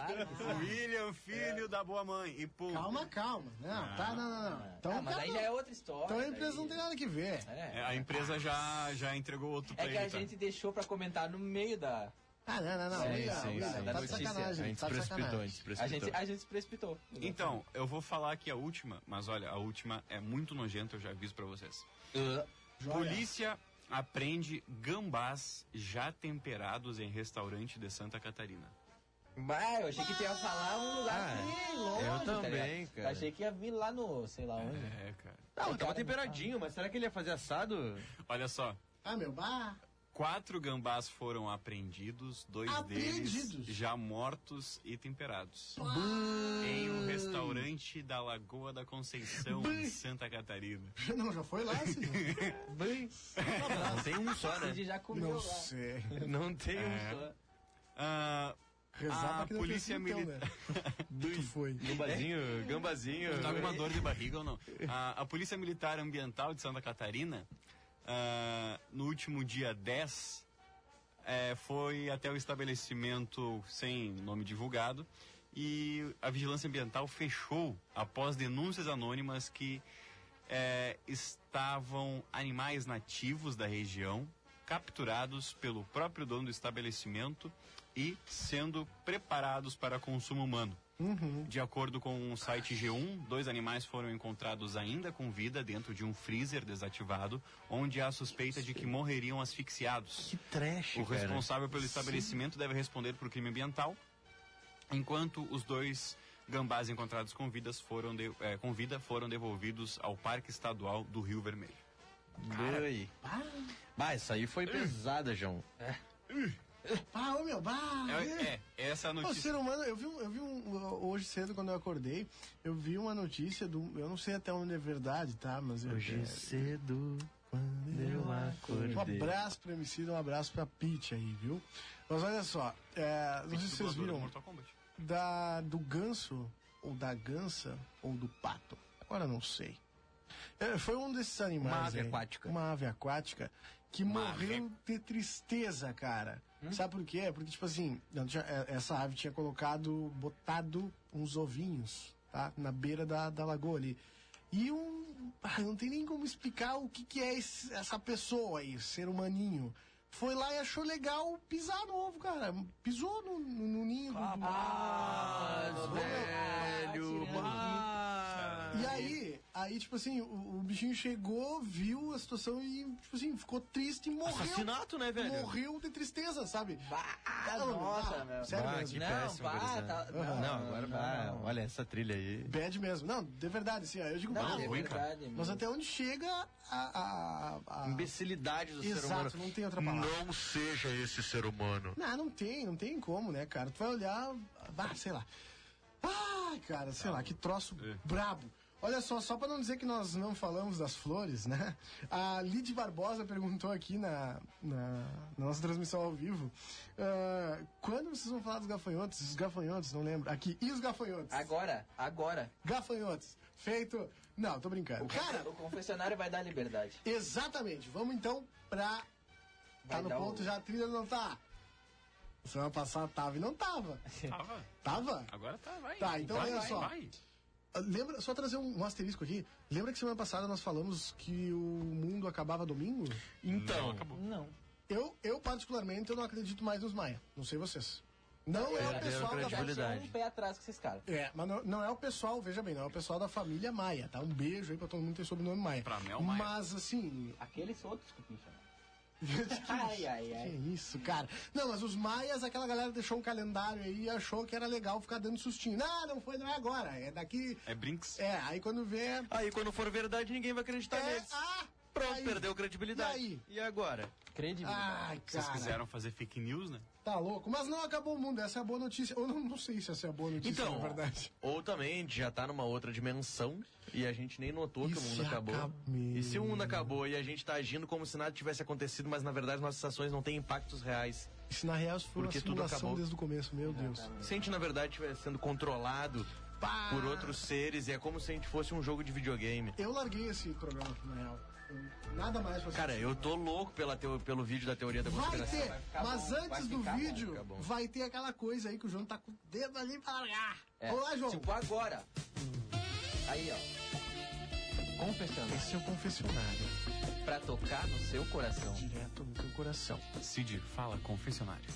William, filho da boa mãe. E pum. Calma, calma. Não, Ah. tá, não, não, não. Então, ah, mas tá, aí não. já é outra história. então a daí- empresa não tem nada que ver. É, É. a empresa já, já entregou outro pra É que ele, a tá? gente deixou pra comentar no meio da. Ah, não, não, não. Sim, William, sim, William, sim. Tá de Notícia. A sacanagem. gente Tá se de precipitou, a sacanagem. gente se A precipitou. gente, a gente se precipitou. Então, eu vou falar aqui a última, mas olha, a última é muito nojenta, eu já aviso pra vocês. Ah, Polícia aprende gambás já temperados em restaurante de Santa Catarina. Bah, eu achei que tu ia falar um lugar Ah, aqui, longe. eu tá também, ligado? cara. Eu achei que ia vir lá no, sei lá onde. É, cara. Não, tava temperadinho, mas será que ele ia fazer assado? Olha só, Ah, meu, bah. quatro gambás foram apreendidos, dois Apreendidos? deles já mortos e temperados. Em um restaurante da Lagoa da Conceição, em Santa Catarina. Não, já foi lá, sim. Não, tem um só, né? Cid já comeu Não lá. sei. Não tem um só. Ah, Ah, Rezava a que não polícia tivesse então, militar... né? Tu foi. Gambazinho, gambazinho. Tá com uma dor de barriga ou não? A, a Polícia Militar Ambiental de Santa Catarina, ah, no último dia 10, eh, foi até o estabelecimento sem nome divulgado e a Vigilância Ambiental fechou após denúncias anônimas É, que eh, estavam animais nativos da região capturados pelo próprio dono do estabelecimento e sendo preparados para consumo humano. De acordo com o site G1, dois animais foram encontrados ainda com vida dentro de um freezer desativado, onde há suspeita de que morreriam asfixiados. Que trash, O cara. responsável pelo estabelecimento deve responder por crime ambiental, enquanto os dois gambás encontrados com, vidas foram de- eh, com vida foram devolvidos ao Parque Estadual do Rio Vermelho. Doi. Bah, isso aí foi pesada, João. Ah, ô meu, bah! É, é, essa é a Pô, notícia. ser humano, eu vi, um- eu vi um, hoje cedo, quando eu acordei, eu vi uma notícia do. Eu não sei até onde é verdade, tá? Mas eu, é, cedo, quando eu Um abraço pro MC, um abraço pra Pete aí, viu? Mas olha só, é, não sei se Dubladora vocês do viram, Mortal Kombat. da, do ganso, ou da gansa, ou do pato, agora não sei. É, foi um desses animais. Uma ave aí, aquática. Uma ave aquática que morreu de tristeza, cara. Hum? Sabe por quê? Porque, tipo assim, não tinha- é, essa ave tinha colocado, botado uns ovinhos, tá? Na beira da, da lagoa ali. E um. ah, Não tem nem como explicar o que, que é esse- essa pessoa aí, ser humaninho. Foi lá e achou legal pisar no ovo, cara. Pisou no, no- no ninho do. do- Ah, Ô, meu, e aí, aí, tipo assim, o, o bichinho chegou, viu a situação e, tipo assim, ficou triste e morreu. Assassinato, né, velho? Morreu de tristeza, sabe? Ah, Não, nossa, não, meu. Sério Bah, mesmo. que Não, péssimo, pá, gurizada. tá. Aham. Não, agora bah, não. olha essa trilha aí. Bad mesmo. Não, de verdade, assim, ó, eu digo, bah, Não, é verdade, meu. mas até onde chega a... a, Um a- a- Imbecilidade do ser humano. Exato, não tem outra palavra. Não seja esse ser humano. Não, não tem, não tem como, né, cara? Tu vai olhar, ah, sei lá. Ai, cara, sei lá, que troço brabo. Olha só, só pra não dizer que nós não falamos das flores, né? A Lid Barbosa perguntou aqui na, na, na nossa transmissão ao vivo: ah, quando vocês vão falar dos gafanhotos? Os gafanhotos, não lembro. Aqui, e os gafanhotos? Agora, agora. Gafanhotos, feito. Não, tô brincando. Cara, O é confessionário vai dar liberdade. Exatamente. Vamos então pra. Tá Vai no dar um- ponto o- já, a trilha não tá? Semana passada tava e não tava. Tava. Tava? Agora tá, vai. Tá, então vai, olha vai, só. vai. Lembra, só trazer um, um asterisco aqui. Lembra que semana passada nós falamos que o mundo acabava domingo? Então, Não. Eu, eu particularmente, eu não acredito mais nos Maia. Não sei vocês. Não é o Perderam pessoal da credibilidade. Verdade. um pé atrás com esses caras. É, mas não, não é o pessoal, veja bem, não é o pessoal da família Maia, tá? Um beijo aí pra todo mundo que tem sobrenome Maia. Pra Mel Maia. Mas, assim, Aqueles outros que picham. Ai, ai, ai. Que É isso, cara. Não, mas os maias, aquela galera deixou um calendário aí e achou que era legal ficar dando sustinho. Não, não foi, não é agora. É daqui. É Brinks. É, aí quando vê. É, aí quando for verdade, ninguém vai acreditar neles. ah, Tá Pronto, aí. perdeu credibilidade. E aí? agora? Credibilidade. Ai, Vocês cara. quiseram fazer fake news, né? Tá louco. Mas não acabou o mundo, essa é a boa notícia. Ou não, não sei se essa é a boa notícia, Então, na verdade. ou também a gente já tá numa outra dimensão e a gente nem notou E que o mundo se acabou. acaba- E se o mundo acabou e a gente tá agindo como se nada tivesse acontecido, mas na verdade nossas ações não têm impactos reais. Se na real isso foi uma Porque tudo simulação acabou. É, desde o começo, meu Deus. Se a gente, na verdade, estivesse sendo controlado por Ah. outros seres, e é como se a gente fosse um jogo de videogame. Eu larguei esse programa, na real. Eu- Nada mais pra Cara, assistir. eu tô louco pela teo- pelo vídeo da teoria da Vai conspiração. ter, ficar mas bom, vai antes do ficar bom, vídeo, fica bom. vai ter aquela coisa aí que o João tá com o dedo ali pra largar. É. Olá, João. Tipo, agora. Aí, ó. Confessionário. Esse é o confessionário. Pra tocar no seu coração. Direto no teu coração. Cid, fala confessionário.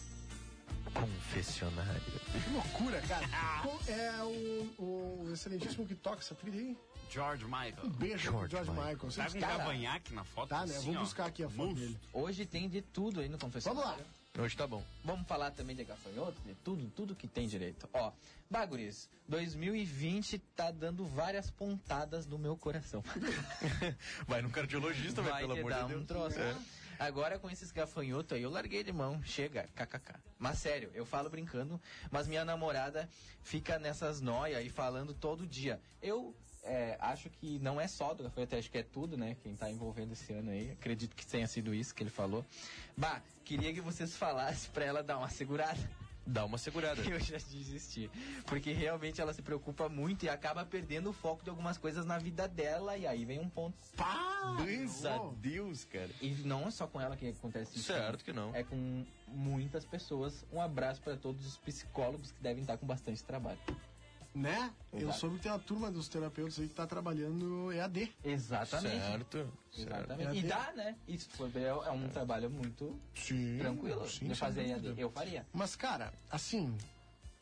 Confessionário. Que loucura, cara. Com- é o, o excelentíssimo que toca essa trilha aí. George Michael. Um beijo, George, George George Michael. Michael. Tá com um Cara, cavanhaque na foto? Tá, né? assim, Vou ó. buscar aqui a foto Muf. dele. Hoje tem de tudo aí no Vamos confessionário. lá. Hoje tá bom. Vamos falar também de gafanhoto, de tudo, tudo que tem direito. Ó, Baguris, 2020 tá dando várias pontadas no meu coração. Vai num Um cardiologista, vai, Vai pelo te amor dar de Deus. É. um troço. Agora com esses gafanhotos aí, eu larguei de mão. Chega, kkk. Mas sério, eu falo brincando, mas minha namorada fica nessas noias aí falando todo dia. Eu é, acho que não é só do gafanhoto, acho que é tudo, né? Quem tá envolvendo esse ano aí. Acredito que tenha sido isso que ele falou. Bah, queria que vocês falassem pra ela dar uma segurada. Dá uma segurada. Eu já desisti. Porque realmente ela se preocupa muito e acaba perdendo o foco de algumas coisas na vida dela. E aí vem um ponto. Pá! Graças a Uou. Deus, cara. E não é só com ela que acontece isso. Certo que não. É com muitas pessoas. Um abraço para todos os psicólogos que devem estar com bastante trabalho. Né? Eu Exato. soube que tem uma turma dos terapeutas aí que tá trabalhando EAD. Exatamente. Certo. Exatamente. certo. E dá, né? Isso for ver, é um trabalho muito Sim, tranquilo sim, de sem fazer dúvida. EAD. Eu faria. Mas, cara, assim.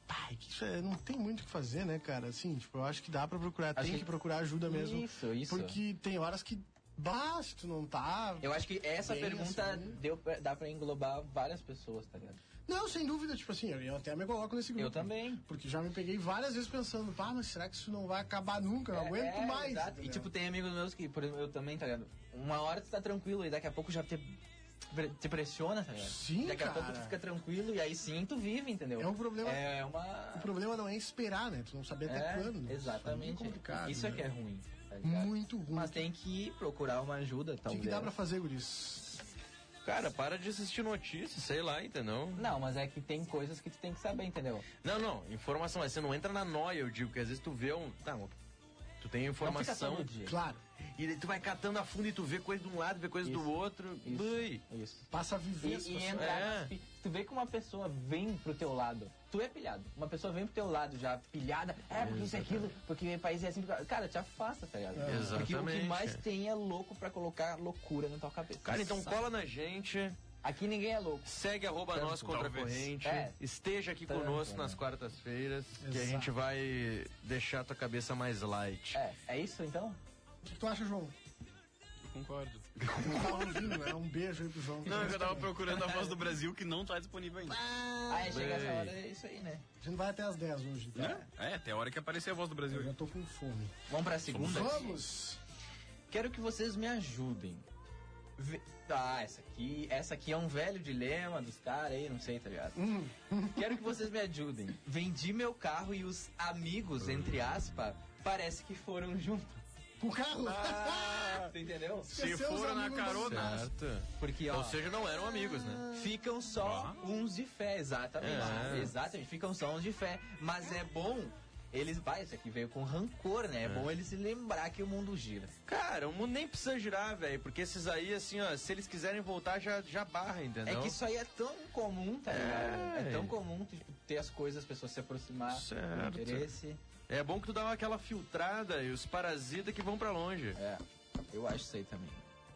Pai, que isso é, não tem muito o que fazer, né, cara? Assim, tipo, eu acho que dá pra procurar, Acho tem que... que- procurar ajuda mesmo. Isso, isso. Porque tem horas que. Bah, se tu não tá. Eu acho que essa bem, pergunta assim, deu pra- dá pra englobar várias pessoas, tá ligado? Não, sem dúvida, tipo assim, eu até me coloco nesse grupo. Eu também. Porque já me peguei várias vezes pensando, pá, mas será que isso não vai acabar nunca? Eu não aguento É, mais. exato. E entendeu? tipo, tem amigos meus que, por exemplo, eu também, tá ligado? Uma hora tu tá tranquilo e daqui a pouco já te, te pressiona, tá ligado? Sim, Daqui a cara. pouco tu fica tranquilo e aí sim tu vive, entendeu? É um problema- É uma. o problema não é esperar, né? Tu não saber até É, quando. Exatamente. Isso é bem complicado. Isso é né? que é ruim. tá ligado? Muito ruim. Mas tem que procurar uma ajuda, O que, talvez. que dá pra fazer, guris? Cara, para de assistir notícias, sei lá, entendeu? Não, mas é que tem coisas que tu tem que saber, entendeu? Não, não, informação. Você não entra na noia, eu digo, que às vezes tu vê um. Tá, um- tu tem a Não fica informação todo dia. Claro, e daí tu vai catando a fundo e tu vê coisa de um lado, vê coisa do Isso, outro. isso. Bui. Isso. passa a E, viver as e pessoas. entrar É. nas pi- Tu vê que uma pessoa vem pro teu lado. Tu é pilhado. Uma pessoa vem pro teu lado já pilhada. É, porque isso é aquilo, porque o país é assim. porque- Cara, te afasta, tá ligado? Porque o que É. Exatamente, mais cara. tem é louco pra colocar loucura na tua cabeça. Cara, então cola na gente, Aqui ninguém é louco. segue arroba Tanto, nós contra a talvez. corrente, É. esteja aqui Tanto, conosco né? nas quartas-feiras, que a Exato. gente vai deixar tua cabeça mais light. É, é isso então? O que que tu acha, João? Concordo. Não tá ouvindo, né? Um beijo aí pro João. Não, é que eu tava procurando a voz do Brasil que não tá disponível ainda. Aí chega essa bem. hora, é isso aí, né? A gente vai até as 10 hoje, tá? Né? É, até a hora que aparecer a voz do Brasil. Eu já tô com fome. Vamos pra segunda? Vamos! Quero que vocês me ajudem. Ve- Ah, essa aqui, essa aqui é um velho dilema dos caras aí, não sei, tá ligado? Quero que vocês me ajudem. Vendi meu carro e os amigos, entre aspas, parece que foram junto. Com o carro! Tu entendeu? Ah, Se Esqueceu os for na amigos carona. Certo. Porque, ó, Ou seja, não eram amigos, né? ficam só uns de fé, exatamente. É. Exatamente, ficam só uns de fé. Mas é bom eles. Vai, isso aqui veio com rancor, né? É, bom eles se lembrar que o mundo gira. Cara, o mundo nem precisa girar, velho, porque esses aí, assim, ó, se eles quiserem voltar, já, já barra, entendeu? É que isso aí é tão comum, tá ligado? É, tão comum tipo, ter as coisas, as pessoas se aproximar, Certo. ter interesse. É bom que tu dá aquela filtrada e os parasitas que vão pra longe. É, eu acho isso aí também.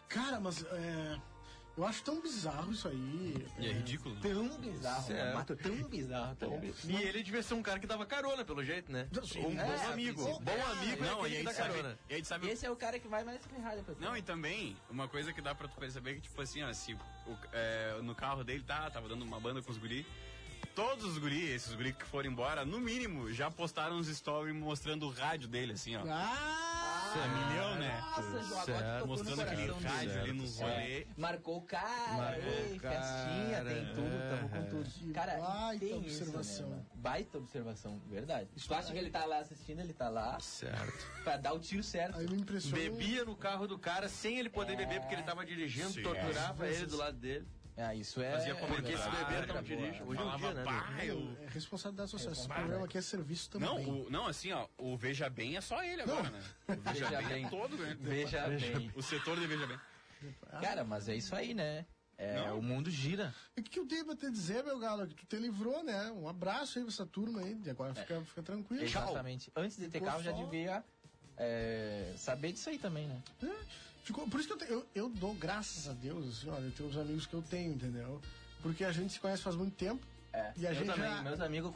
Cara, mas é, eu acho tão bizarro isso aí. E é ridículo. Tão bizarro, né? Certo. mas tão bizarro. Tão E ele devia ser um cara que dava carona, pelo jeito, né? Sim. Ou um É, bom amigo. sim. Bom amigo é Não, aquele e que aí dá sabe, carona. e aí tu sabe Esse é o cara que vai mais ferrar depois. Não, e também, uma coisa que dá pra tu perceber que, tipo assim, ó, se o- é, no carro dele tá, tava dando uma banda com os guri. Todos os guri, esses guri que foram embora, no mínimo, já postaram uns stories mostrando o rádio dele, assim, ó. Ah! a milhão, né? Nossa, João, agora Certo. tocou no Mostrando aquele coração rádio dele. ali no rolê. É, marcou o cara, né? Marcou ei, o cara, é. festinha, tem tudo, tamo com Que tudo. Cara, baita tem observação. Isso, né, mano? baita observação, verdade. Tu acha que ele tá lá assistindo, ele tá lá Certo. pra dar o tiro certo. Aí me impressionou. Bebia no carro do cara sem ele poder beber, porque ele tava dirigindo, Sim. torturava ele do lado dele. Ah, isso é. Fazia Porque comentário, esse bebê não boa. dirige. Hoje em Falava, dia, né? "Pá, eu- É responsabilidade social. Esse programa aqui é serviço também. Não, o- não, assim, ó, o Veja Bem é só ele agora, né? O Veja, Veja Bem, Bem. é todo, né? Veja bem. O setor de Veja Bem. Cara, mas é isso aí, né? É, Não. o mundo gira. E O que eu tenho pra te dizer, meu galo? é Que tu te livrou, né? Um abraço aí pra essa turma aí. de Agora fica, fica tranquilo. Exatamente. Antes de ter Ficou carro, já é, só- né? assim, tá Então, É né, é um é tá tá é, Ah, né? tá é um é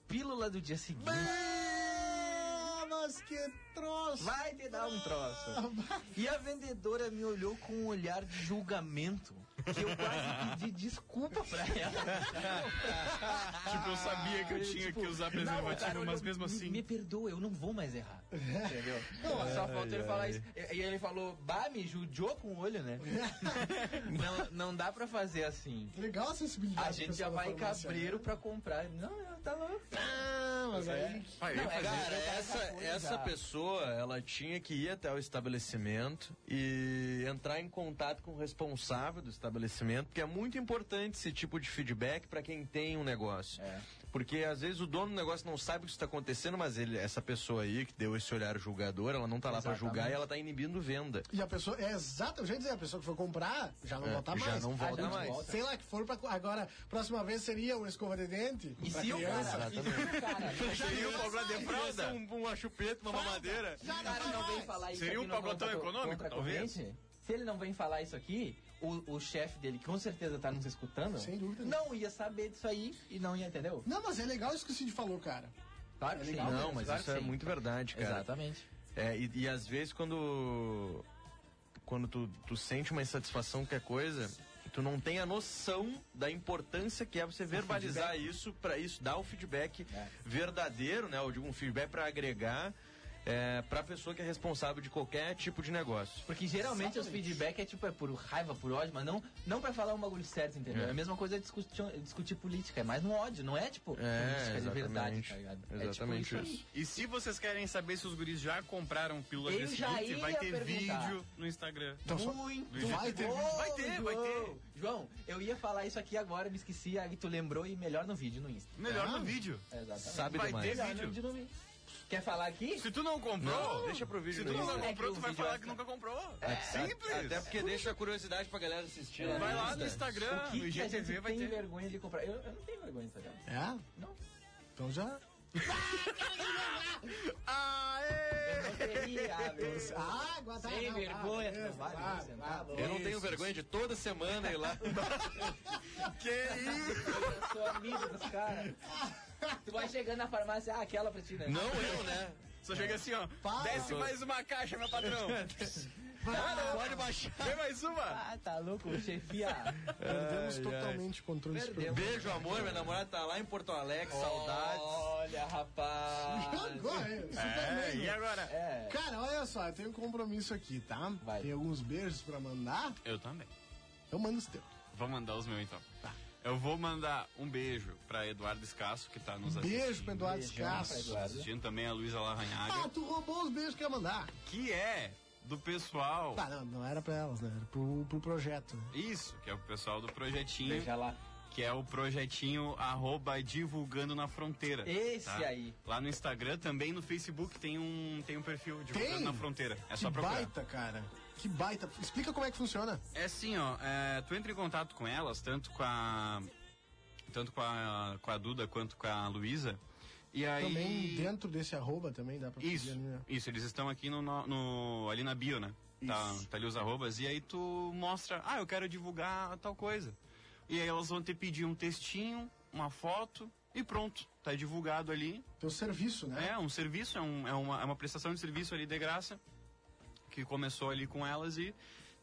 um Tipo, né?" assim. né? tá né? Não, mas aí. Não, é Cara, cada essa, coisa. essa pessoa, ela tinha que ir até o estabelecimento e entrar em contato com o responsável do estabelecimento, porque é muito importante esse tipo de feedback para quem tem um negócio. Porque às vezes o dono do negócio não sabe o que está acontecendo, mas ele, essa pessoa aí que deu esse olhar julgador, ela não tá lá para julgar Exatamente. e ela tá inibindo venda. E a pessoa, é exato, eu já ia dizer, a pessoa que for comprar já não É, volta já mais. não volta A gente mais. Sei lá, que for pra. Agora, próxima vez seria uma escova de dente. E pra se o criança. cara, Seria um cobra de fralda? Um, uma chupeta, uma mamadeira? Já o cara não vem falar isso Seria aqui um no pacotão contra- econômico, contra a talvez? corrente, Se ele não vem falar isso aqui, o, o chefe dele, que com certeza tá nos escutando, Sem dúvida. não ia saber disso aí e não ia, entendeu? Não, mas é legal isso que o Cid falou, cara. Claro que sim. Não, né? mas claro isso que é sim. muito verdade, cara. Exatamente. É, e, e às vezes quando quando tu, tu sente uma insatisfação que é coisa, tu não tem a noção da importância que é você verbalizar isso para isso dar o feedback verdadeiro, né? Eu digo um feedback para agregar é, para pessoa que é responsável de qualquer tipo de negócio. Porque geralmente os feedback é tipo, é por raiva, por ódio, mas não, não pra falar um bagulho certo, entendeu? É, a mesma coisa discutir, discutir política, é mais no ódio, não é tipo política de verdade, exatamente. tá ligado? Exatamente é tipo isso. isso. E se vocês querem saber se os guris já compraram pílula Eu dia já seguinte, ia vai ter perguntar. vídeo no Instagram. Então, só- Muito Vai ter bom, vídeo. Vai ter, vai ter. João. João, eu ia falar isso aqui agora, me esqueci, aí tu lembrou e melhor no vídeo, no Insta. Melhor no vídeo. É, Exatamente. Sabe Vai demais. ter Melhor vídeo. no vídeo, no Insta. Quer falar aqui? Se tu não comprou, Não, deixa pro vídeo Se tu no não Insta. comprou, É que tu o vai vídeo falar é- que nunca comprou. É, É simples. Até porque deixa a curiosidade pra galera assistir né? lá. Vai no lá Insta. no Instagram, o que no que é? a gente IGTV vai tem ter. vergonha de comprar? Eu, eu não tenho vergonha disso, cara. É? Não. Então já. Eu teria, meu. Ah, guardar. Sem não, vergonha, ah, não vale, ah, você não ah, tá louco. Eu não tenho vergonha de toda semana ir lá. Que isso? Eu sou amigo dos caras. Tu vai chegando na farmácia, ah, aquela pra ti, né? Não eu, né? Só chega assim, ó. Para. Desce mais uma caixa, meu patrão. Pode baixar. Vem mais uma. Ah, tá louco, chefia. Perdemos totalmente o controle desse Perdemos. programa. Beijo, amor. Minha namorada tá lá em Porto Alegre, Oh. saudades. Olha, rapaz. Agora, é, É, Superman. e agora? É. Cara, olha só, eu tenho um compromisso aqui, tá? Vai. Tem alguns beijos pra mandar. Eu também. Eu mando os teus. Vou mandar os meus então. Tá. Eu vou mandar um beijo pra Eduardo Escasso, que tá nos Beijo assistindo. pro Eduardo Beijão pra Escasso. Eduardo. Assistindo também a Luísa Ah, Larranhaga, tu roubou os beijos que ia mandar. que é do pessoal. Tá, não, não era pra elas, né? Era pro, pro projeto. né? Isso, que é o pessoal do projetinho, Veja lá. que é o projetinho arroba divulgando na fronteira. Esse tá? aí. Lá no Instagram, também no Facebook tem um, tem um perfil divulgando na fronteira. É que só procurar. baita, cara. Que baita. Explica como é que funciona. É assim, ó, é, tu entra em contato com elas, tanto com a. Tanto com a, com a Duda quanto com a Luísa. E aí. Também dentro desse arroba também dá pra Isso, pedir, né? isso, eles estão aqui no, no- no- ali na bio, né? Tá, tá ali os arrobas, e aí tu mostra, ah, eu quero divulgar tal coisa. E aí elas vão te pedir um textinho, uma foto, e pronto, tá divulgado ali. Teu serviço, né? É um serviço, é, um- é uma, é uma prestação de serviço ali de graça, que começou ali com elas e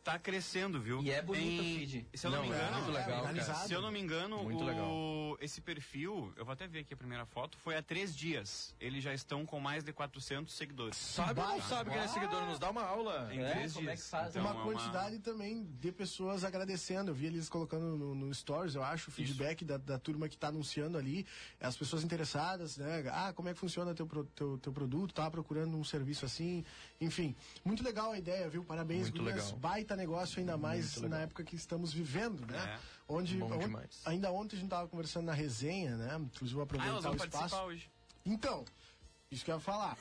tá crescendo, viu? E é bonito Em- o feed. Se eu não, Não, me é engano, muito legal, cara. organizado. se eu não me engano, Muito o- legal. esse perfil, eu vou até ver aqui a primeira foto, foi há três dias. Eles já estão com mais de 400 seguidores. Sabe ou não Baita. sabe quem é seguidor? Nos dá uma aula. Em É? três Como é dias. que faz? Então, é uma quantidade também de pessoas agradecendo. Eu vi eles colocando no, no Stories, eu acho, o feedback da, da turma que está anunciando ali, as pessoas interessadas, né? Ah, como é que funciona teu, pro- teu, teu produto? Tava procurando um serviço assim. Enfim, muito legal a ideia, viu? Parabéns, Muito gurias. legal. Baita negócio, ainda mais na época que estamos vivendo, né? Onde, Bom onde- demais. ainda ontem a gente tava conversando na resenha, né? Inclusive, vou Ah, aproveitar elas vão o participar espaço. hoje. Então, isso que eu ia falar.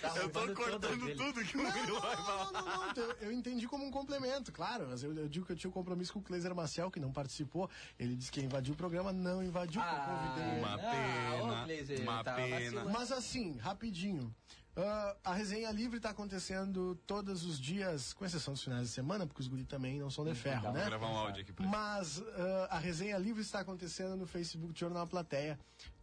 Tá eu tô cortando tudo que o Murilo vai falar. Não, não, não, não. Eu, eu entendi como um complemento, claro. Mas eu, eu digo que eu tinha um compromisso com o Cleiser Maciel, que não participou. Ele disse que ia invadir o programa, não invadiu, porque eu convidei ele. Ah, Uma pena, uma tá, pena. Mas assim, rapidinho. Ah, a resenha livre tá acontecendo todos os dias, com exceção dos finais de semana, porque os guri também não são de ferro, né? Vou gravar um áudio aqui pra eles. Mas ah, a resenha livre está acontecendo no Facebook de Jornal Plateia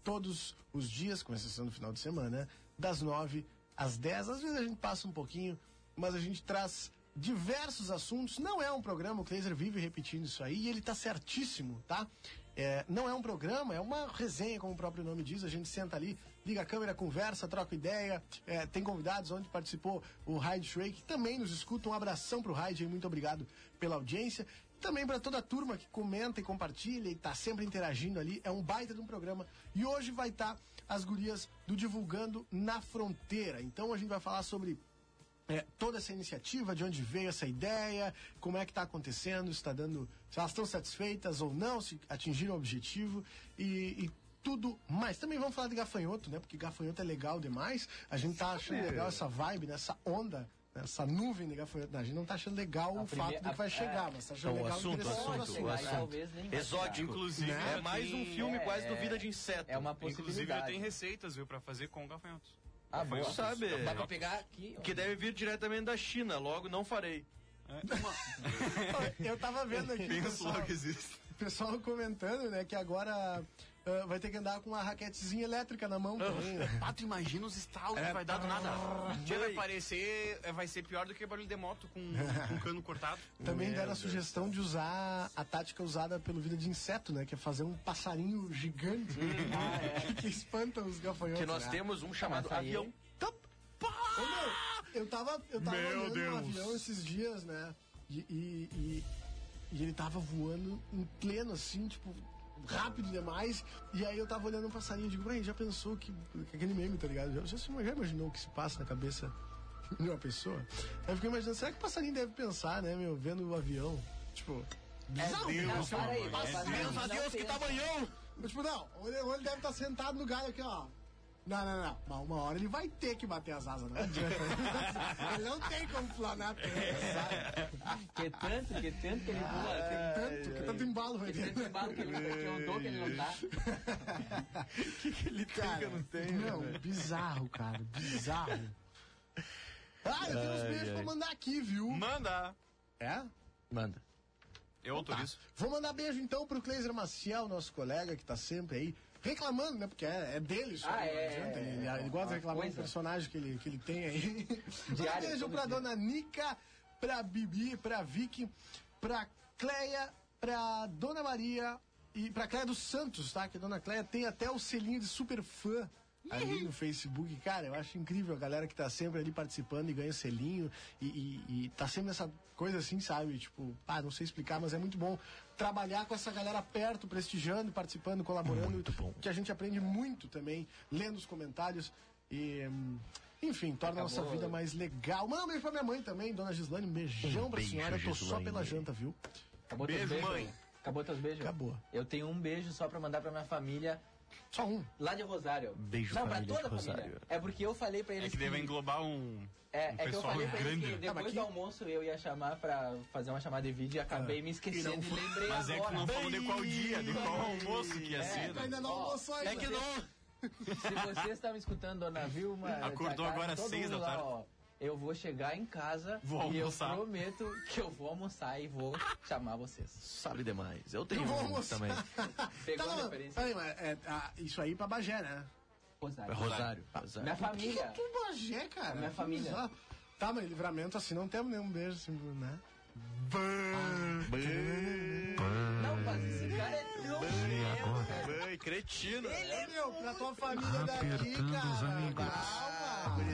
todos os dias, com exceção do final de semana, das 9 às 10. Às vezes a gente passa um pouquinho, mas a gente traz diversos assuntos. Não é um programa, o Kleiser vive repetindo isso aí e ele tá certíssimo, tá? É, não é um programa, é uma resenha, como o próprio nome diz. A gente senta ali, liga a câmera, conversa, troca ideia. É, tem convidados onde participou o Hyde Shrey, que também nos escuta. Um abração pro Hyde, aí, muito obrigado pela audiência. Também para toda a turma que comenta e compartilha e tá sempre interagindo ali. É um baita de um programa. E hoje vai estar as gurias do Divulgando na Fronteira. Então a gente vai falar sobre é, toda essa iniciativa, de onde veio essa ideia, como é que está acontecendo, se está dando, se elas estão satisfeitas ou não, se atingiram o objetivo e, e tudo mais. Também vamos falar de gafanhoto, né? Porque gafanhoto é legal demais. A gente tá achando legal essa vibe, né? essa onda. né? Essa nuvem de gafanhoto, Não, a gente não tá achando legal o primeira- fato do que vai a- chegar, é. mas tá achando Então, o legal assunto, interessante assunto, pra o chegar. assunto. assim, talvez nem vai Exótico. chegar. Inclusive, É eu mais um tenho- filme é, quase do é. Vida de Inseto. É uma Inclusive, eu possibilidade. tenho receitas, viu, pra fazer com gafanhotos. Ah, Foi boa. isso, sabe? Dá pra pegar aqui. ó. Que deve vir diretamente da China, logo não farei. Eu tava vendo aqui. Penso pessoal. logo que existe. O pessoal comentando, né, que agora ah, vai ter que andar com uma raquetezinha elétrica na mão também. né? Pato, imagina os estalos que vai dar do nada. Tchê, vai parecer. é, Vai ser pior do que barulho de moto com com um cano cortado. Também deram a sugestão de usar a tática usada pelo Vida de Inseto, né? Que é fazer um passarinho gigante que espanta os gafanhotos. Hum. Que nós né? temos um chamado mas aí- avião. Ô, meu, eu tava, eu tava Meu olhando um Deus. avião esses dias, né? E, e, e- e ele tava voando em pleno, assim, tipo, rápido demais. E aí eu tava olhando um passarinho e digo, "Ué, já pensou que, que aquele meme, tá ligado? Já, já, se- já imaginou o que se passa na cabeça de uma pessoa? Aí eu fiquei imaginando, será que o passarinho deve pensar, né, meu, vendo o avião? Tipo. bizarro, Não, cara, para aí, assim, mas- mas- não tem- tamanhão! mas, Tipo, não, ou ele ou ele deve estar sentado no galho aqui, ó. Não, não, não. Mas uma hora ele vai ter que bater as asas, não adianta. ele não tem como planar tanto, sabe? Que tanto, que tanto que ele voa. tem- Tanto, que tanto embalo vai Ele ter. tanto embalo que ele que andou que ele não tá. dá. Ele cara, não tem. Não, bizarro, cara. Bizarro. Ah, eu tenho uns beijos pra mandar aqui, viu? Manda! É? Manda. Eu autorizo. Vou mandar beijo então pro Cleiser Maciel, nosso colega que tá sempre aí reclamando, né? Porque é, é dele isso. Ah, aí, é, não adianta, é, ele, é, ele gosta de uma reclamar do coisa. personagem que ele, que ele tem aí. Manda Diário, beijo todo pra dia. dona Nica, pra Bibi, pra Vicky, pra Cleia, pra Dona Maria e pra Cleia dos Santos, tá? Que a dona Cleia tem até o selinho de super fã. Ali no Facebook, cara, eu acho incrível a galera que tá sempre ali participando e ganha selinho e, e, e tá sempre nessa coisa assim, sabe? Tipo, ah, não sei explicar, mas é muito bom trabalhar com essa galera perto, prestigiando, participando, colaborando. Muito bom. Que a gente aprende muito também, lendo os comentários e. hum, Enfim, torna a nossa vida mais legal. Manda um beijo pra minha mãe também, dona Gislane. Um beijão pra senhora. Eu tô só pela janta, viu? Acabou Beijo, teus beijos? mãe. Acabou teus beijos? Acabou. Eu tenho um beijo só pra mandar pra minha família Só um. lá de Rosário. Beijo, Não, pra família de toda a família. Rosário. É porque eu falei pra É eles que deve englobar um. É, um é que eu pessoal falei pra eles que grande. Ah, mas depois que- do almoço eu ia chamar pra fazer uma chamada de Ah, vídeo e acabei me esquecendo e lembrei Mas é agora. que não falou de qual dia, de qual almoço que ia É, ser. né? Ainda não almoçou ainda. não! Se vocês estavam escutando Dona Vilma... Acordou Takara, agora às todo seis da mundo lá, tarde. ó, eu vou chegar em casa Vou e eu almoçar. prometo que eu vou almoçar e vou chamar vocês. Sabe demais. Eu tenho Eu vou um almoçar. também. Pegou Tá, a não, referência? peraí, mas é, ah, isso aí pra Bagé, né? Rosário. Rosário. Rosário. Minha família. Que Bagé, cara? Minha Que família. bizarro. Tá, mas livramento assim não temos nenhum beijo, assim, né? Não, mas esse cara é tão agora? Bem, cretino. É, meu, pra tua família daqui, Ah, Apertando cara. os amigos. Calma.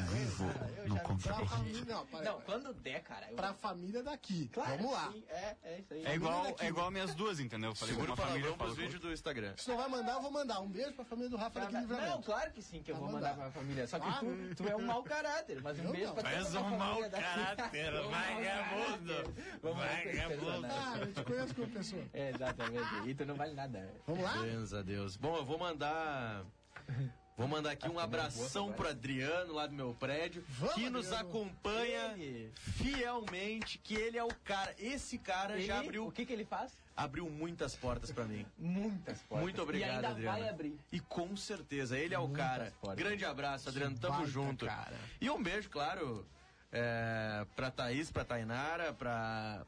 Vivo no Pra computador. família, não, para, Não, quando der, cara. eu- pra família daqui. Claro, Vamos lá. sim, é, é isso aí. É igual, daqui. é igual minhas duas, entendeu? Eu falei com Segura uma o família. eu palavrão falo pros com vídeos do Instagram. Se não vai mandar, eu vou mandar. Um beijo pra família do Rafa Pra- daqui de Não, livramento. claro que sim, que eu Tá Pra vou mandar. mandar pra minha família. Só que Ah. tu, tu é um mau caráter, mas um Eu beijo não. pra toda És a um tua mau família. caráter, Um mau vagabundo. caráter. Vamos lá, Vagabundo. Ah, eu te conheço como pessoa. É, exatamente. E tu não vale nada. Vamos lá? Deus a Deus. Bom, eu vou mandar. Vou mandar aqui um abração pro Adriano, lá do meu prédio, Vamos, que nos Adriano. acompanha Ele. fielmente, que ele é o cara. Esse cara já Ele- O abriu, que que ele faz? abriu muitas portas pra mim. Muitas portas. Muito obrigado, E ainda Adriano. vai abrir. E com certeza, ele é o cara. portas. Grande abraço, Adriano. Tamo baita junto. cara. E um beijo, claro, é, pra Thaís, pra Tainara, pra.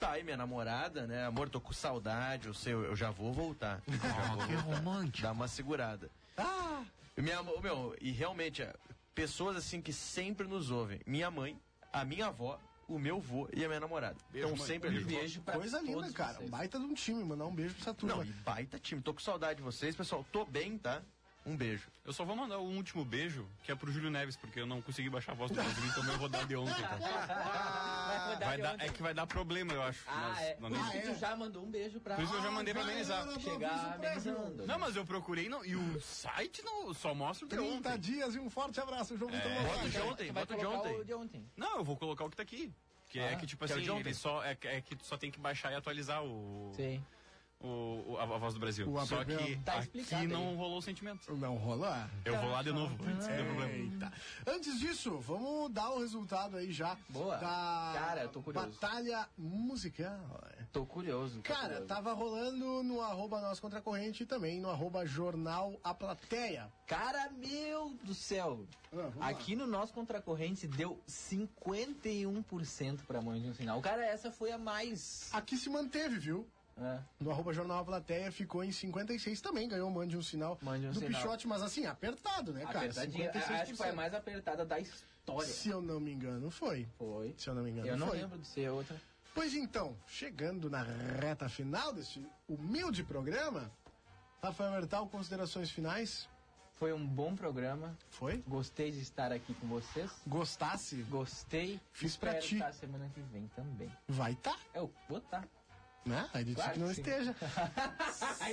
Thay, minha namorada, né? Amor, tô com saudade, eu sei, eu já vou voltar. Eu já vou Que voltar. romântico. Dá uma segurada. Ah, Minha, mo- meu, e realmente, é, pessoas assim que sempre nos ouvem. Minha mãe, a minha avó, o meu vô e a minha namorada. Estão sempre ali. Um beijo pra coisa linda, todos cara. vocês. Baita de um time. Mandar um beijo pra essa turma. Não, e baita time. Tô com saudade de vocês, pessoal. Tô bem, tá? Um beijo. Eu só vou mandar o último beijo, que é pro Júlio Neves, porque eu não consegui baixar a voz do Brasil, então eu vou dar de ontem. Vai rodar Vai de dar- ontem. é que vai dar problema, eu acho. Ah, nas- é. na Por isso mesa. que tu já mandou um beijo pra... Por isso que eu já Ah, mandei pra vai, amenizar. um não, não, Chegar amenizando. Não, mas eu procurei não, e o site não, só mostra o de 30 ontem. dias e um forte abraço, João Vitor É, Lombardi. bota o de ontem, Vai bota o de colocar ontem. o de ontem. Não, eu vou colocar o que tá aqui. Que é Ah, que, tipo que é o assim, de ontem. ele só, é, é que tu só tem que baixar e atualizar o. Sim. O, o- a, a voz do Brasil. O só APP. que Tá explicado aqui aí. não rolou o sentimento. Não rola? Eu vou lá de novo. se der problema. Eita. Antes disso, vamos dar o resultado aí já Boa. da Cara, tô curioso. batalha musical. Tô curioso. tô Cara, tá curioso. tava rolando no arroba Nós Contra a Corrente e também no arroba Jornal A Plateia. Ah, Cara, meu do céu. Ah, vamos lá. Aqui no nosso contracorrente deu 51% pra mãe de um sinal. Cara, essa foi a mais. Aqui se manteve, viu? É. No arroba Jornal A Plateia ficou em 56 também, ganhou Mande um Sinal Mande um do Sinal. Pichote, mas assim, apertado, né, cara? Apertadinha. Acho que foi a mais apertada da história. Se eu não me engano, foi. Foi. Se eu não me engano, Eu não foi. lembro de ser outra. Pois então, chegando na reta final deste humilde programa, Rafael Hertal, considerações finais? Foi um bom programa. Foi? Gostei de estar aqui com vocês. Gostasse? Gostei. Fiz pra Espero ti. estar semana que vem também. Vai tá, Eu vou tá. né? Aí de Claro que não que sim. esteja.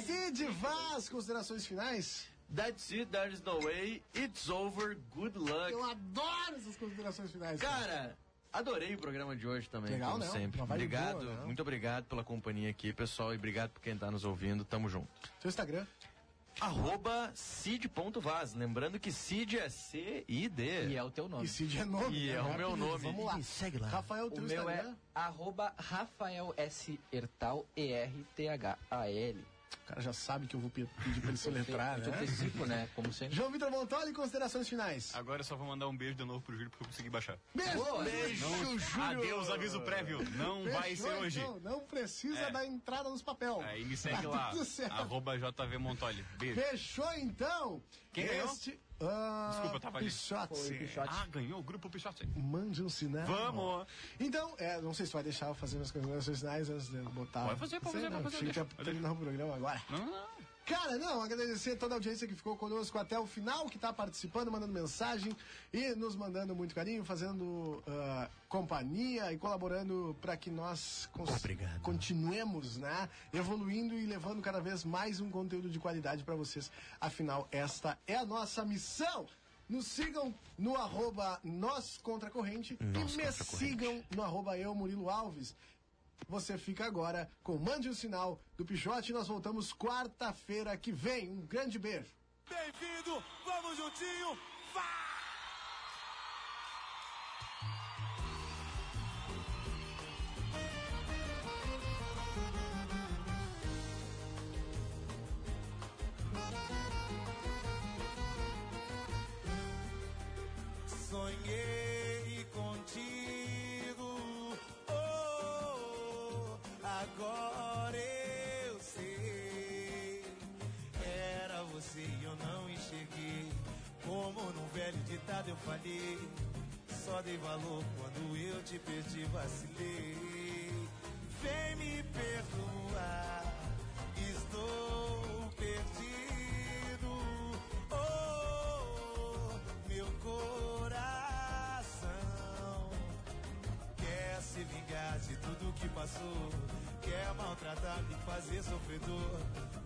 Cid Vaz, considerações finais? That's it, there is no way, it's over, good luck. Eu adoro essas considerações finais. Cara, adorei o programa de hoje também, Legal, como né? sempre. Uma vibe Obrigado, boa, né? muito obrigado pela companhia aqui, pessoal, e obrigado por quem tá nos ouvindo. Tamo junto. Seu Instagram. Arroba cid.vaz. Lembrando que cid é C-I-D. E é o teu nome. E Cid é nome. E né? é o Vai meu apelido. nome. Vamos lá. Me segue lá. Rafael, O teu meu Instagram. é arroba Rafael S. Ertal, E-R-T-H-A-L. O cara já sabe que eu vou pe- pedir pra ele soletrar, Eu te né? antecipo, né? Como sempre. João Vitor Montoli, considerações finais. Agora eu só vou mandar um beijo de novo pro Júlio porque eu consegui baixar. Beijo. Beijo, Júlio. Adeus, aviso prévio. Não Fechou, vai ser hoje. então. Não precisa É. da entrada nos papel. Aí me segue Tá lá. tudo certo. Arroba JV Montoli. Beijo. Fechou então. Quem ganhou? este... Ah, Desculpa, eu tava ali. Pichote. Foi, Pichote. Ah, ganhou o grupo Pichote. Mande um sinal. Vamos. Então, é, não sei se tu vai deixar eu fazer minhas considerações finais antes de eu botar. Pode fazer, pode Sei fazer, não, pode fazer, Tinha deixa. que terminar o programa agora. Não, não, não. Cara, não, agradecer a toda a audiência que ficou conosco até o final, que tá participando, mandando mensagem e nos mandando muito carinho, fazendo ah, companhia e colaborando para que nós cons- continuemos, né, evoluindo e levando cada vez mais um conteúdo de qualidade para vocês. Afinal, esta é a nossa missão. Nos sigam no arroba Nós Contra a Corrente e me sigam no arroba eu, Murilo Alves. Você fica agora com Mande o Sinal do Pichote. Nós voltamos quarta-feira que vem. Um grande beijo. Bem-vindo, vamos juntinho, Sonhei contigo, oh, agora eu sei. Era você e eu não enxerguei. Como num velho ditado eu falhei, só dei valor quando eu te perdi, vacilei. Vem me perdoar, estou perdido. Oh, meu coração quer se vingar de tudo que passou, quer maltratar, me fazer sofredor.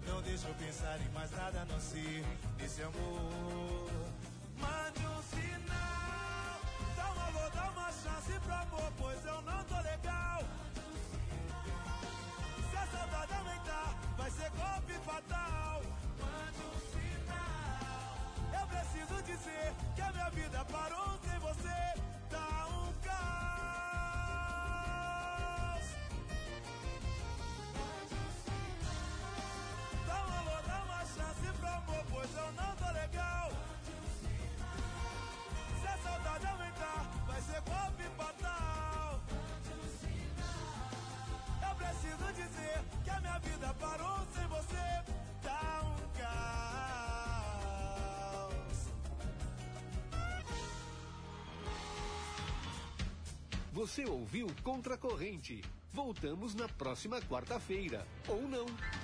Não deixa eu pensar em mais nada a não ser nesse amor. Mande um sinal, dá uma, vou dar uma chance pro amor, pois eu não tô legal. Se a saudade aumentar, vai ser golpe fatal. Mande um sinal. Eu preciso dizer que a minha vida parou sem você. Tá um caos. Dá um alô, dá uma chance pro amor, pois eu não tô legal. Se a saudade aumentar, vai ser golpe fatal. Eu preciso dizer que a minha vida parou sem você. Tá um caos. Você ouviu Contra a Corrente. Voltamos na próxima quarta-feira. Ou não.